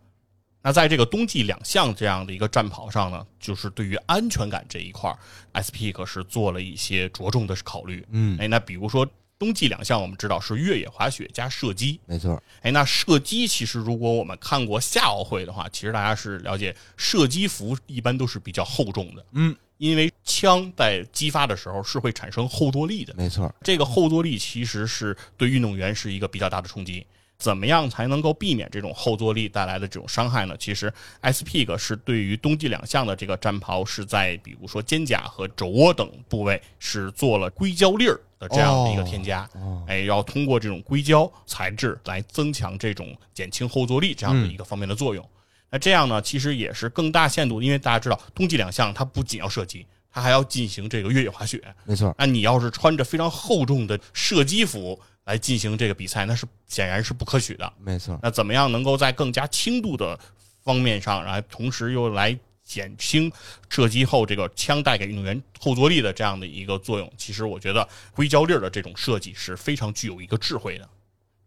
A: 那在这个冬季两项这样的一个战袍上呢，就是对于安全感这一块儿，SP 可是做了一些着重的考虑。
B: 嗯，
A: 哎，那比如说冬季两项，我们知道是越野滑雪加射击，
B: 没错，
A: 哎，那射击其实如果我们看过夏奥会的话，其实大家是了解射击服一般都是比较厚重的，
B: 嗯，
A: 因为枪在激发的时候是会产生后坐力的，
B: 没错，
A: 这个后坐力其实是对运动员是一个比较大的冲击。怎么样才能够避免这种后坐力带来的这种伤害呢？其实 S Pig 是对于冬季两项的这个战袍是在比如说肩胛和肘窝等部位是做了硅胶粒儿的这样的一个添加，哎，要通过这种硅胶材质来增强这种减轻后坐力这样的一个方面的作用。那这样呢，其实也是更大限度，因为大家知道冬季两项它不仅要射击，它还要进行这个越野滑雪，
B: 没错，
A: 那你要是穿着非常厚重的射击服来进行这个比赛，那是显然是不可取的。
B: 没错，
A: 那怎么样能够在更加轻度的方面上，然后同时又来减轻射击后这个枪带给运动员后坐力的这样的一个作用？其实我觉得硅胶粒儿的这种设计是非常具有一个智慧的。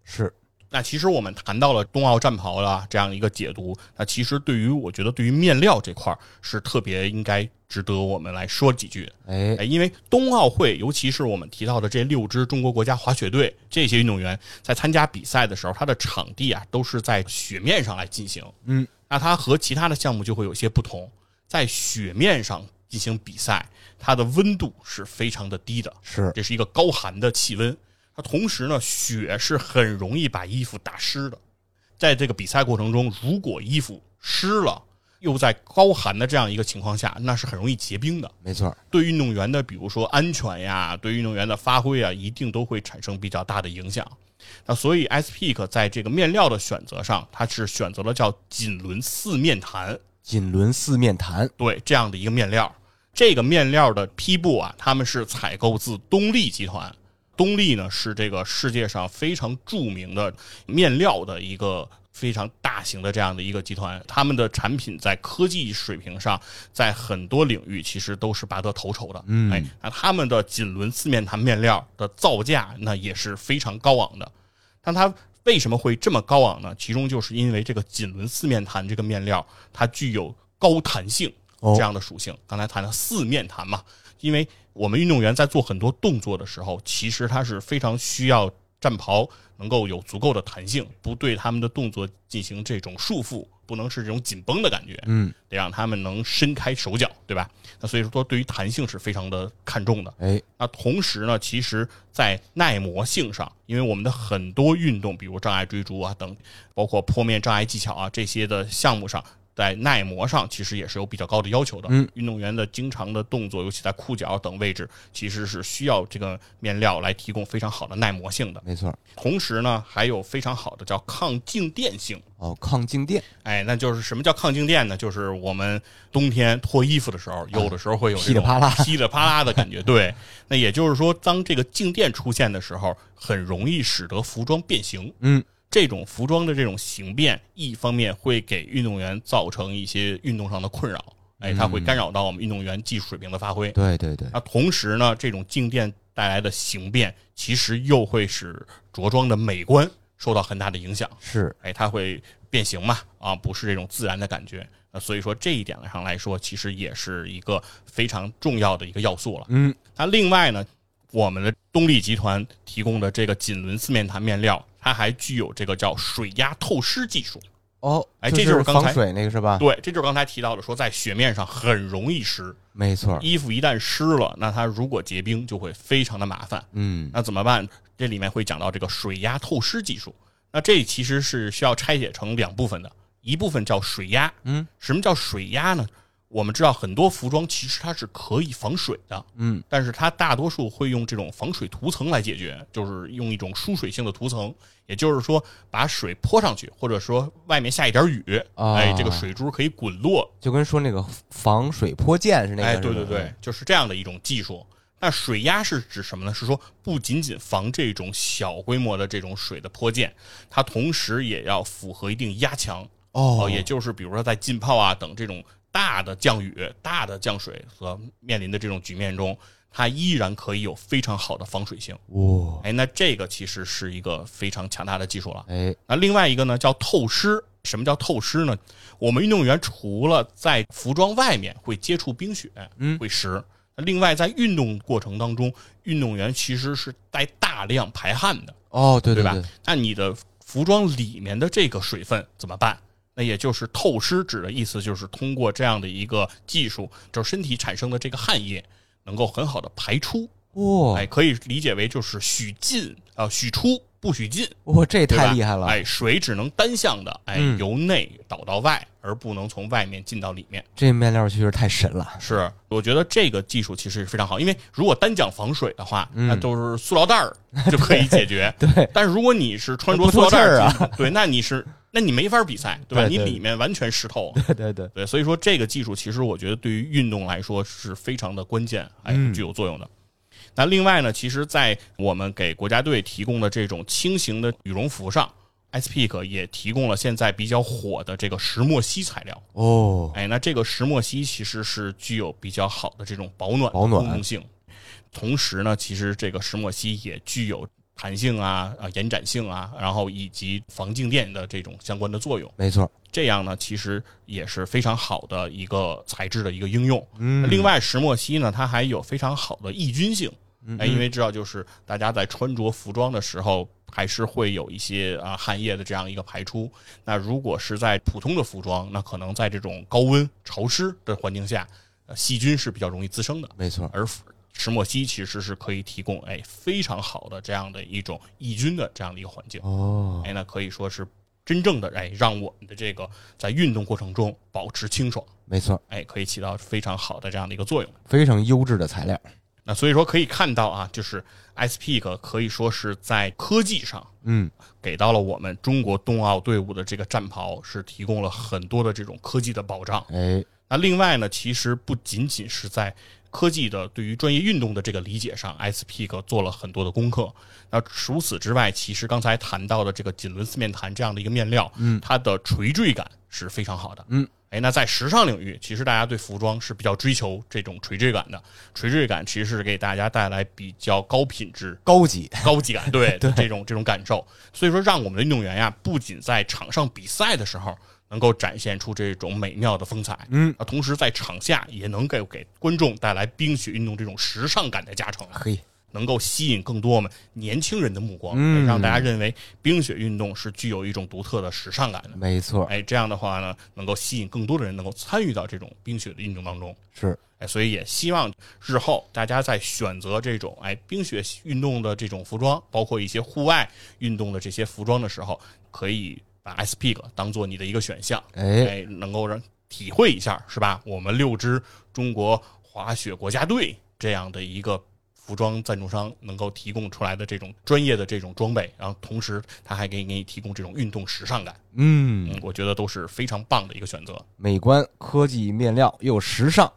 B: 是，
A: 那其实我们谈到了冬奥战袍的这样一个解读，那其实对于我觉得对于面料这块儿是特别应该值得我们来说几句的。
B: 哎
A: 哎，，因为冬奥会，尤其是我们提到的这六支中国国家滑雪队这些运动员，在参加比赛的时候，它的场地啊都是在雪面上来进行。
B: 嗯，
A: 那它和其他的项目就会有些不同，在雪面上进行比赛，它的温度是非常的低的，
B: 是，
A: 这是一个高寒的气温。它同时呢，雪是很容易把衣服打湿的。在这个比赛过程中，如果衣服湿了，又在高寒的这样一个情况下，那是很容易结冰的。
B: 没错，
A: 对运动员的，比如说安全呀，对运动员的发挥啊，一定都会产生比较大的影响。那所以 S Peak 在这个面料的选择上，它是选择了叫锦纶四面弹，
B: 锦纶四面弹，
A: 对这样的一个面料。这个面料的批布啊，他们是采购自东丽集团。东丽呢是这个世界上非常著名的面料的一个非常大型的这样的一个集团，他们的产品在科技水平上，在很多领域其实都是拔得头筹的。嗯，哎，那他们的锦纶四面弹面料的造价那也是非常高昂的。但它为什么会这么高昂呢？其中就是因为这个锦纶四面弹这个面料，它具有高弹性
B: 哦
A: 这样的属性。刚才谈的四面弹嘛，因为我们运动员在做很多动作的时候，其实它是非常需要。战袍能够有足够的弹性，不对他们的动作进行这种束缚，不能是这种紧绷的感觉，
B: 嗯，
A: 得让他们能伸开手脚，对吧？那所以说，对于弹性是非常的看重的。
B: 哎，
A: 那同时呢，其实，在耐磨性上，因为我们的很多运动，比如障碍追逐啊等，包括坡面障碍技巧啊这些的项目上，在耐磨上其实也是有比较高的要求的。
B: 嗯，
A: 运动员的经常的动作，尤其在裤脚等位置，其实是需要这个面料来提供非常好的耐磨性的。
B: 没错，
A: 同时呢，还有非常好的叫抗静电性。
B: 哦，抗静电，
A: 哎，那就是什么叫抗静电呢？就是我们冬天脱衣服的时候，有的时候会有
B: 啊噼里 啪啦
A: 这种噼里啪啦的感觉。对，那也就是说，当这个静电出现的时候，很容易使得服装变形。
B: 嗯，
A: 这种服装的这种形变，一方面会给运动员造成一些运动上的困扰，哎，它会干扰到我们运动员技术水平的发挥。
B: 嗯对对对，
A: 那同时呢，这种静电带来的形变，其实又会使着装的美观受到很大的影响。
B: 是，
A: 哎，它会变形嘛，啊，不是这种自然的感觉。呃，所以说这一点上来说，其实也是一个非常重要的一个要素了。
B: 嗯，
A: 那另外呢，我们的东丽集团提供的这个锦纶四面弹面料，它还具有这个叫水压透湿技术。
B: 哦，
A: 哎
B: 就
A: 这就是是刚才
B: 防水那个是吧？
A: 对，这就是刚才提到的，说在雪面上很容易湿，
B: 没错，
A: 衣服一旦湿了，那它如果结冰就会非常的麻烦。
B: 嗯，
A: 那怎么办？这里面会讲到这个水压透湿技术。那这其实是需要拆解成两部分的，一部分叫水压。
B: 嗯，
A: 什么叫水压呢？我们知道很多服装其实它是可以防水的，
B: 嗯，
A: 但是它大多数会用这种防水涂层来解决，就是用一种疏水性的涂层，也就是说把水泼上去，或者说外面下一点雨，
B: 啊
A: 哎，这个水珠可以滚落，
B: 就跟说那个防水泼溅是那个，
A: 哎，
B: 是
A: 对
B: 吧嗯
A: 对对，，就是这样的一种技术。那水压是指什么呢？是说不仅仅防这种小规模的这种水的泼溅，它同时也要符合一定压强
B: 哦，
A: 也就是比如说在浸泡啊等这种大的降雨、大的降水所面临的这种局面中，它依然可以有非常好的防水性。
B: 哇，
A: 哎，那这个其实是一个非常强大的技术了。
B: 哎，
A: 那另外一个呢叫透湿。什么叫透湿呢？我们运动员除了在服装外面会接触冰雪，
B: 嗯
A: 会湿。那另外，在运动过程当中，运动员其实是带大量排汗的，
B: 哦，对
A: 吧
B: 对，？
A: 那你的服装里面的这个水分怎么办？那也就是透湿指的意思，就是通过这样的一个技术，就是身体产生的这个汗液能够很好的排出，
B: 哇
A: 哎，可以理解为就是许进啊、许出不许进，
B: 哇，这也
A: 对吧
B: 太厉害了，
A: 哎，水只能单向的，哎，
B: 嗯
A: 由内导到外，而不能从外面进到里面。
B: 这面料确实太神了，
A: 是，我觉得这个技术其实是非常好，因为如果单讲防水的话，那都是塑料袋儿就可以解决。
B: 嗯 对，
A: 但是如果你是穿着
B: 不
A: 塑料
B: 透
A: 袋儿
B: 气儿啊
A: 进去，对，那你是那你没法比赛，对吧？
B: 对对
A: 你里面完全湿透。啊
B: 对对对，
A: 对，所以说这个技术其实我觉得对于运动来说是非常的关键，哎，
B: 嗯
A: 具有作用的。那另外呢，其实，在我们给国家队提供的这种轻型的羽绒服上，SPIC 也提供了现在比较火的这个石墨烯材料。
B: 哦，
A: 哎，那这个石墨烯其实是具有比较好的这种保暖
B: 保暖
A: 功能性，同时呢，其实这个石墨烯也具有弹性啊、啊延展性啊，然后以及防静电的这种相关的作用。
B: 没错，
A: 这样呢，其实也是非常好的一个材质的一个应用。
B: 嗯
A: 另外，石墨烯呢，它还有非常好的抑菌性。哎，因为知道就是大家在穿着服装的时候，还是会有一些啊汗液的这样一个排出。那如果是在普通的服装，那可能在这种高温潮湿的环境下，呃细菌是比较容易滋生的。
B: 没错，
A: 而石墨烯其实是可以提供哎非常好的这样的一种抑菌的这样的一个环境。
B: 哦，
A: 哎，那可以说是真正的哎，让我们的这个在运动过程中保持清爽，
B: 没错，
A: 哎，可以起到非常好的这样的一个作用。
B: 非常优质的材料，
A: 那所以说可以看到啊，就是 S P 可以说是在科技上
B: 嗯，
A: 给到了我们中国冬奥队伍的这个战袍是提供了很多的这种科技的保障。
B: 哎，
A: 那另外呢，其实不仅仅是在科技的对于专业运动的这个理解上，S P 做了很多的功课。那除此之外，其实刚才谈到的这个锦纶四面弹这样的一个面料，嗯，它的垂坠感是非常好的，
B: 嗯。
A: 哎，那在时尚领域，其实大家对服装是比较追求这种垂坠感的。垂坠感其实是给大家带来比较高品质、
B: 高级，
A: 高级感， 对这种这种感受。所以说，让我们的运动员呀，不仅在场上比赛的时候能够展现出这种美妙的风采，
B: 嗯，
A: 啊，同时在场下也能给给观众带来冰雪运动这种时尚感的加成。
B: 嘿，
A: 能够吸引更多我们年轻人的目光，
B: 嗯
A: 哎让大家认为冰雪运动是具有一种独特的时尚感的。
B: 没错，
A: 哎，这样的话呢，能够吸引更多的人能够参与到这种冰雪的运动当中。
B: 是
A: 哎，所以也希望日后大家在选择这种哎冰雪运动的这种服装，包括一些户外运动的这些服装的时候，可以把 S Pig 当做你的一个选项，
B: 哎
A: 哎，能够让体会一下，是吧？我们六支中国滑雪国家队这样的一个。服装赞助商能够提供出来的这种专业的这种装备，然后同时它还给你给你提供这种运动时尚感，
B: 嗯，
A: 嗯，我觉得都是非常棒的一个选择。
B: 美观、科技、面料又时尚，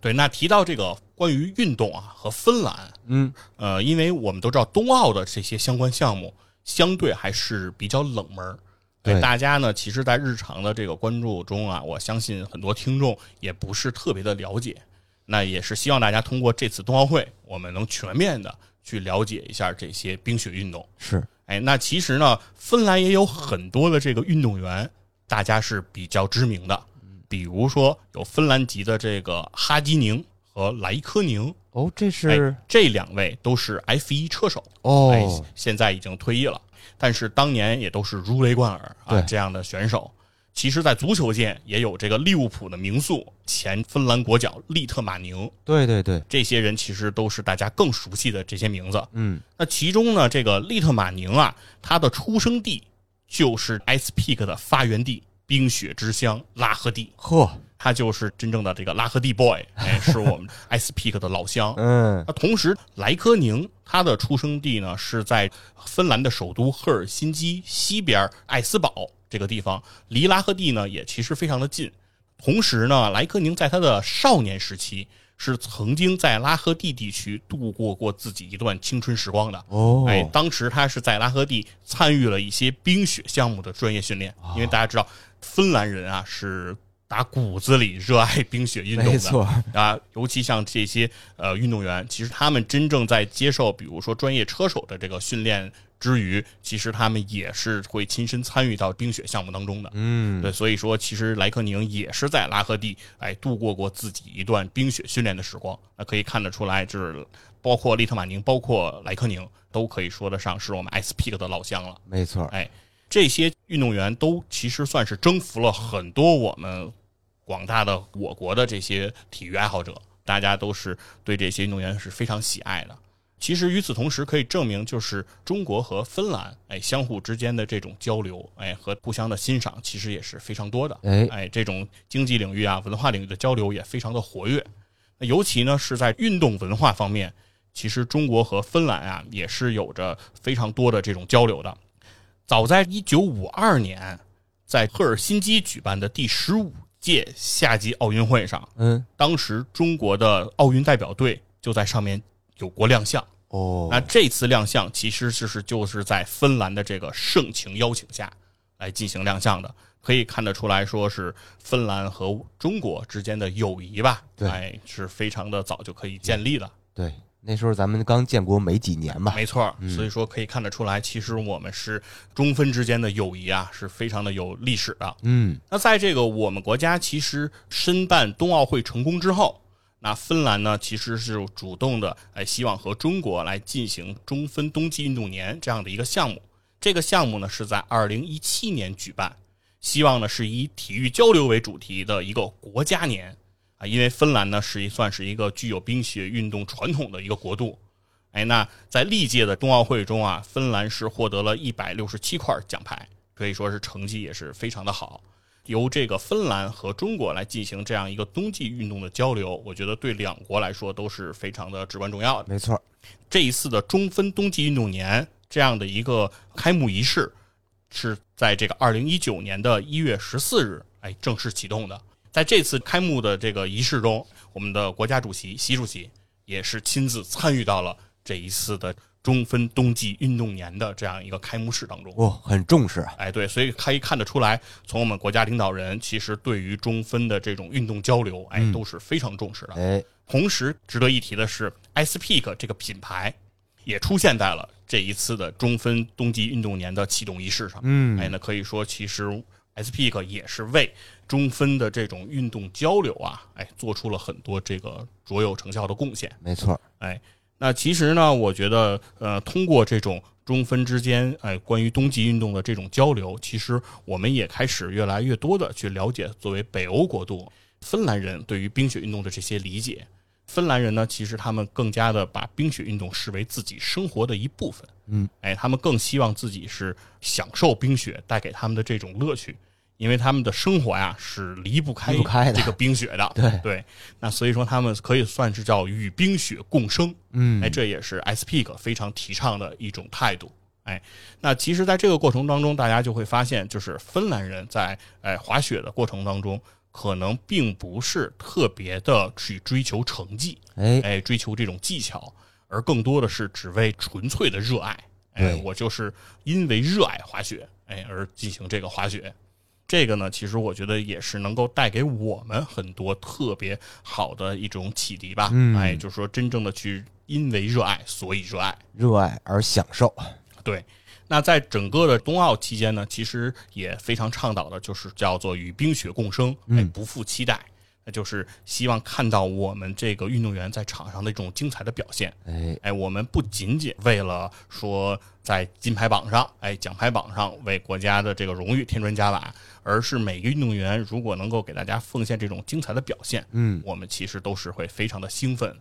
A: 对，那提到这个关于运动啊和芬兰，
B: 嗯，
A: 呃，因为我们都知道冬奥的这些相关项目相对还是比较冷门儿。
B: 对
A: 哎大家呢，其实，在日常的这个关注中啊，我相信很多听众也不是特别的了解。那也是希望大家通过这次冬奥会，我们能全面的去了解一下这些冰雪运动。
B: 是
A: 哎，那其实呢，芬兰也有很多的这个运动员，大家是比较知名的，
B: 嗯
A: 比如说有芬兰籍的这个哈基宁和莱科宁，
B: 哦，这是
A: 哎，这两位都是 F 一车手，哎
B: 哦，，
A: 现在已经退役了，但是当年也都是如雷贯耳啊
B: 对
A: 这样的选手。其实，在足球界也有这个利物浦的名宿前芬兰国脚利特马宁，
B: 对对对，
A: 这些人其实都是大家更熟悉的这些名字。
B: 嗯，
A: 那其中呢，这个利特马宁啊，他的出生地就是 Ice Peak 的发源地冰雪之乡拉赫蒂，
B: 呵，
A: 他就是真正的这个拉赫蒂 boy，哎，是我们 Ice Peak 的老乡。
B: 嗯，
A: 那同时，莱科宁他的出生地呢是在芬兰的首都赫尔辛基西边艾斯堡这个地方，离拉赫蒂呢也其实非常的近。同时呢，莱科宁在他的少年时期是曾经在拉赫蒂地区度过过自己一段青春时光的。
B: 哦，
A: 哎，当时他是在拉赫蒂参与了一些冰雪项目的专业训练，
B: 啊
A: 因为大家知道芬兰人啊是打骨子里热爱冰雪运动的，
B: 没错，
A: 啊，尤其像这些呃运动员，其实他们真正在接受，比如说专业车手的这个训练之余，其实他们也是会亲身参与到冰雪项目当中的。
B: 嗯，
A: 对，所以说其实莱克宁也是在拉赫蒂哎度过过自己一段冰雪训练的时光。那可以看得出来，就是包括利特马宁，包括莱克宁，都可以说得上是我们 S P 的老乡了。
B: 没错，
A: 哎，这些运动员都其实算是征服了很多我们广大的我国的这些体育爱好者，大家都是对这些运动员是非常喜爱的。其实与此同时，可以证明就是中国和芬兰，哎，相互之间的这种交流，哎，和互相的欣赏，其实也是非常多的。
B: 哎
A: 哎，这种经济领域啊、文化领域的交流也非常的活跃。那尤其呢是在运动文化方面，其实中国和芬兰啊也是有着非常多的这种交流的。早在一九五二年，在赫尔辛基举办的第十五届夏季奥运会上，
B: 嗯，
A: 当时中国的奥运代表队就在上面有过亮相。
B: 哦，
A: 那这次亮相其实就是就是在芬兰的这个盛情邀请下来进行亮相的，可以看得出来说是芬兰和中国之间的友谊吧，
B: 对
A: 哎，是非常的早就可以建立的，
B: 对，那时候咱们刚建国没几年吧，
A: 没错儿。所以说可以看得出来，其实我们是中芬之间的友谊啊，是非常的有历史的。
B: 嗯，
A: 那在这个我们国家其实申办冬奥会成功之后，那芬兰呢其实是主动的，哎，希望和中国来进行中分冬季运动年这样的一个项目。这个项目呢是在二零一七年举办，希望呢是以体育交流为主题的一个国家年啊，因为芬兰呢是一算是一个具有冰雪运动传统的一个国度。哎，那在历届的冬奥会中啊，芬兰是获得了一百六十七块奖牌，可以说是成绩也是非常的好。由这个芬兰和中国来进行这样一个冬季运动的交流，我觉得对两国来说都是非常的至关重要的。
B: 没错，
A: 这一次的中分冬季运动年这样的一个开幕仪式，是在这个二零一九年的一月十四日，哎，正式启动的。在这次开幕的这个仪式中，我们的国家主席习主席也是亲自参与到了这一次的中分冬季运动年的这样一个开幕式当中。
B: 哦，很重视啊，
A: 哎，对，所以可以看得出来，从我们国家领导人其实对于中分的这种运动交流，哎，都是非常重视的。
B: 哎，
A: 同时，值得一提的是，Ice Peak 这个品牌也出现在了这一次的中分冬季运动年的启动仪式上。
B: 嗯，
A: 哎，那可以说，其实 Ice Peak 也是为中分的这种运动交流啊，哎，做出了很多这个卓有成效的贡献。
B: 没错，
A: 哎，那其实呢，我觉得呃，通过这种中分之间，哎，关于冬季运动的这种交流，其实我们也开始越来越多的去了解作为北欧国度芬兰人对于冰雪运动的这些理解。芬兰人呢，其实他们更加的把冰雪运动视为自己生活的一部分。
B: 嗯，
A: 哎，他们更希望自己是享受冰雪带给他们的这种乐趣，因为他们的生活呀是离不开
B: 离不开的
A: 这个冰雪的。
B: 对
A: 对，那所以说他们可以算是叫与冰雪共生。
B: 嗯
A: 哎，这也是 S Pig 非常提倡的一种态度。哎，那其实，在这个过程当中，大家就会发现，就是芬兰人在哎滑雪的过程当中，可能并不是特别的去追求成绩，
B: 哎，
A: 哎，追求这种技巧，而更多的是只为纯粹的热爱。哎
B: 对，
A: 我就是因为热爱滑雪，哎，而进行这个滑雪。这个呢，其实我觉得也是能够带给我们很多特别好的一种启迪吧。
B: 嗯
A: 哎，就是说真正的去因为热爱，所以热爱。
B: 热爱而享受，
A: 对，那在整个的冬奥期间呢，其实也非常倡导的就是叫做与冰雪共生，哎，不负期待。那就是希望看到我们这个运动员在场上的一种精彩的表现。
B: 哎，
A: 哎，我们不仅仅为了说在金牌榜上，哎，奖牌榜上为国家的这个荣誉添砖加瓦，而是每个运动员如果能够给大家奉献这种精彩的表现，
B: 嗯，
A: 我们其实都是会非常的兴奋。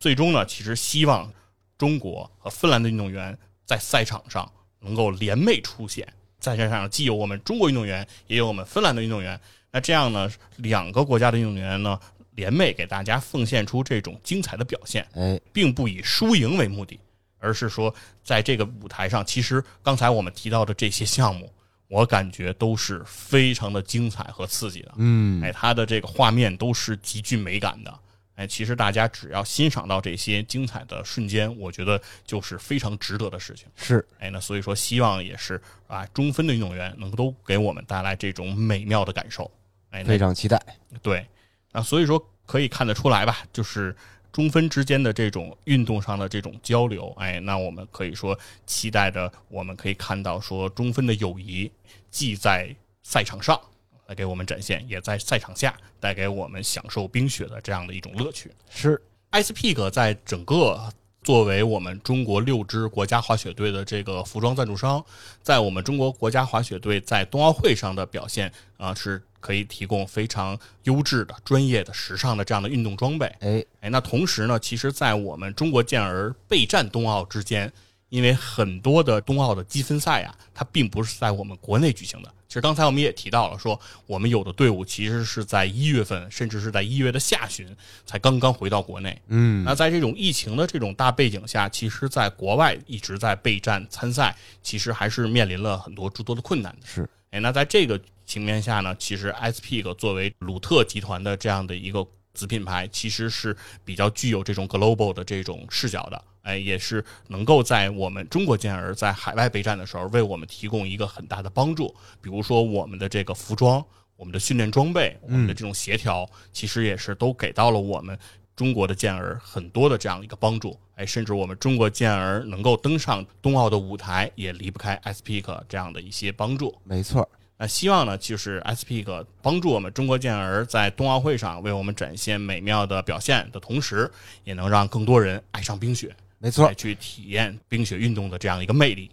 A: 最终呢，其实希望中国和芬兰的运动员在赛场上能够联袂出现，在赛场上既有我们中国运动员，也有我们芬兰的运动员。那这样呢，两个国家的运动员呢联袂给大家奉献出这种精彩的表现。
B: 哎，
A: 并不以输赢为目的，而是说在这个舞台上，其实刚才我们提到的这些项目，我感觉都是非常的精彩和刺激的。
B: 嗯，
A: 哎，它的这个画面都是极具美感的。哎，其实大家只要欣赏到这些精彩的瞬间，我觉得就是非常值得的事情。
B: 是，
A: 哎，那所以说，希望也是啊，中分的运动员能够都给我们带来这种美妙的感受。哎，那
B: 非常期待，
A: 对，啊，所以说可以看得出来吧，就是中分之间的这种运动上的这种交流，哎，那我们可以说期待着，我们可以看到说中分的友谊，既在赛场上来给我们展现，也在赛场下带给我们享受冰雪的这样的一种乐趣。
B: 是，
A: Ice Peak 在整个作为我们中国六支国家滑雪队的这个服装赞助商，在我们中国国家滑雪队在冬奥会上的表现啊、是可以提供非常优质的、专业的、时尚的这样的运动装备。
B: 哎，
A: 哎，那同时呢，其实，在我们中国健儿备战冬奥之间，因为很多的冬奥的积分赛啊，它并不是在我们国内举行的。其实刚才我们也提到了说，我们有的队伍其实是在一月份，甚至是在一月的下旬才刚刚回到国内。
B: 嗯，
A: 那在这种疫情的这种大背景下，其实，在国外一直在备战参赛，其实还是面临了很多诸多的困难的。
B: 是，
A: 哎，那在这个情面下呢，其实 S Pig 作为鲁特集团的这样的一个子品牌，其实是比较具有这种 global 的这种视角的。哎，也是能够在我们中国健儿在海外备战的时候，为我们提供一个很大的帮助。比如说我们的这个服装、我们的训练装备、我们的这种协调，其实也是都给到了我们中国的健儿很多的这样一个帮助。哎，甚至我们中国健儿能够登上冬奥的舞台，也离不开 S Peak 这样的一些帮助。
B: 没错儿，
A: 那希望呢，就是 S P 哥帮助我们中国健儿在冬奥会上为我们展现美妙的表现的同时，也能让更多人爱上冰雪，
B: 没错
A: 来
B: 儿，
A: 去体验冰雪运动的这样一个魅力。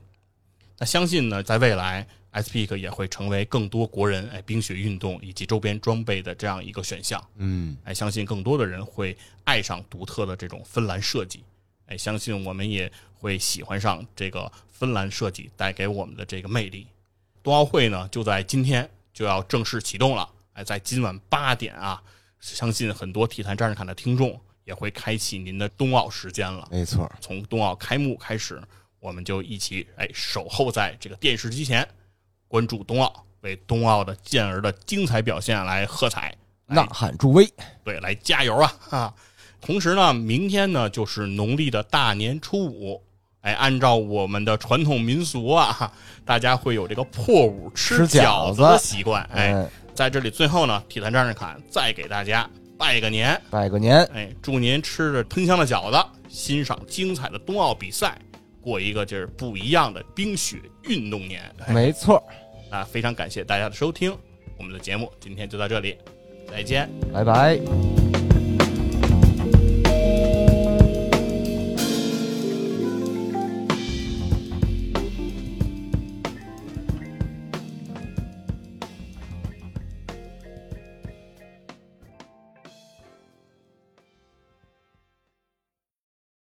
A: 那相信呢，在未来 S P 哥也会成为更多国人哎冰雪运动以及周边装备的这样一个选项。
B: 嗯，
A: 哎，相信更多的人会爱上独特的这种芬兰设计，哎，相信我们也会喜欢上这个芬兰设计带给我们的这个魅力。冬奥会呢，就在今天就要正式启动了，哎，在今晚八点啊，相信很多体坛战士看的听众也会开启您的冬奥时间了。
B: 没错儿，
A: 从冬奥开幕开始，我们就一起哎守候在这个电视机前，关注冬奥，为冬奥的健儿的精彩表现来喝彩。来
B: 呐喊助威，
A: 对，来加油啊！啊，同时呢，明天呢就是农历的大年初五，哎，按照我们的传统民俗啊，大家会有这个破五吃
B: 吃饺
A: 饺
B: 子
A: 子的习惯。哎，
B: 哎，
A: 在这里最后呢，体坛战士侃再给大家拜个年，
B: 拜个年，
A: 哎，祝您吃着喷香的饺子，欣赏精彩的冬奥比赛，过一个就是不一样的冰雪运动年。哎，
B: 没错儿，
A: 那非常感谢大家的收听，我们的节目今天就到这里，再见。
B: 拜拜。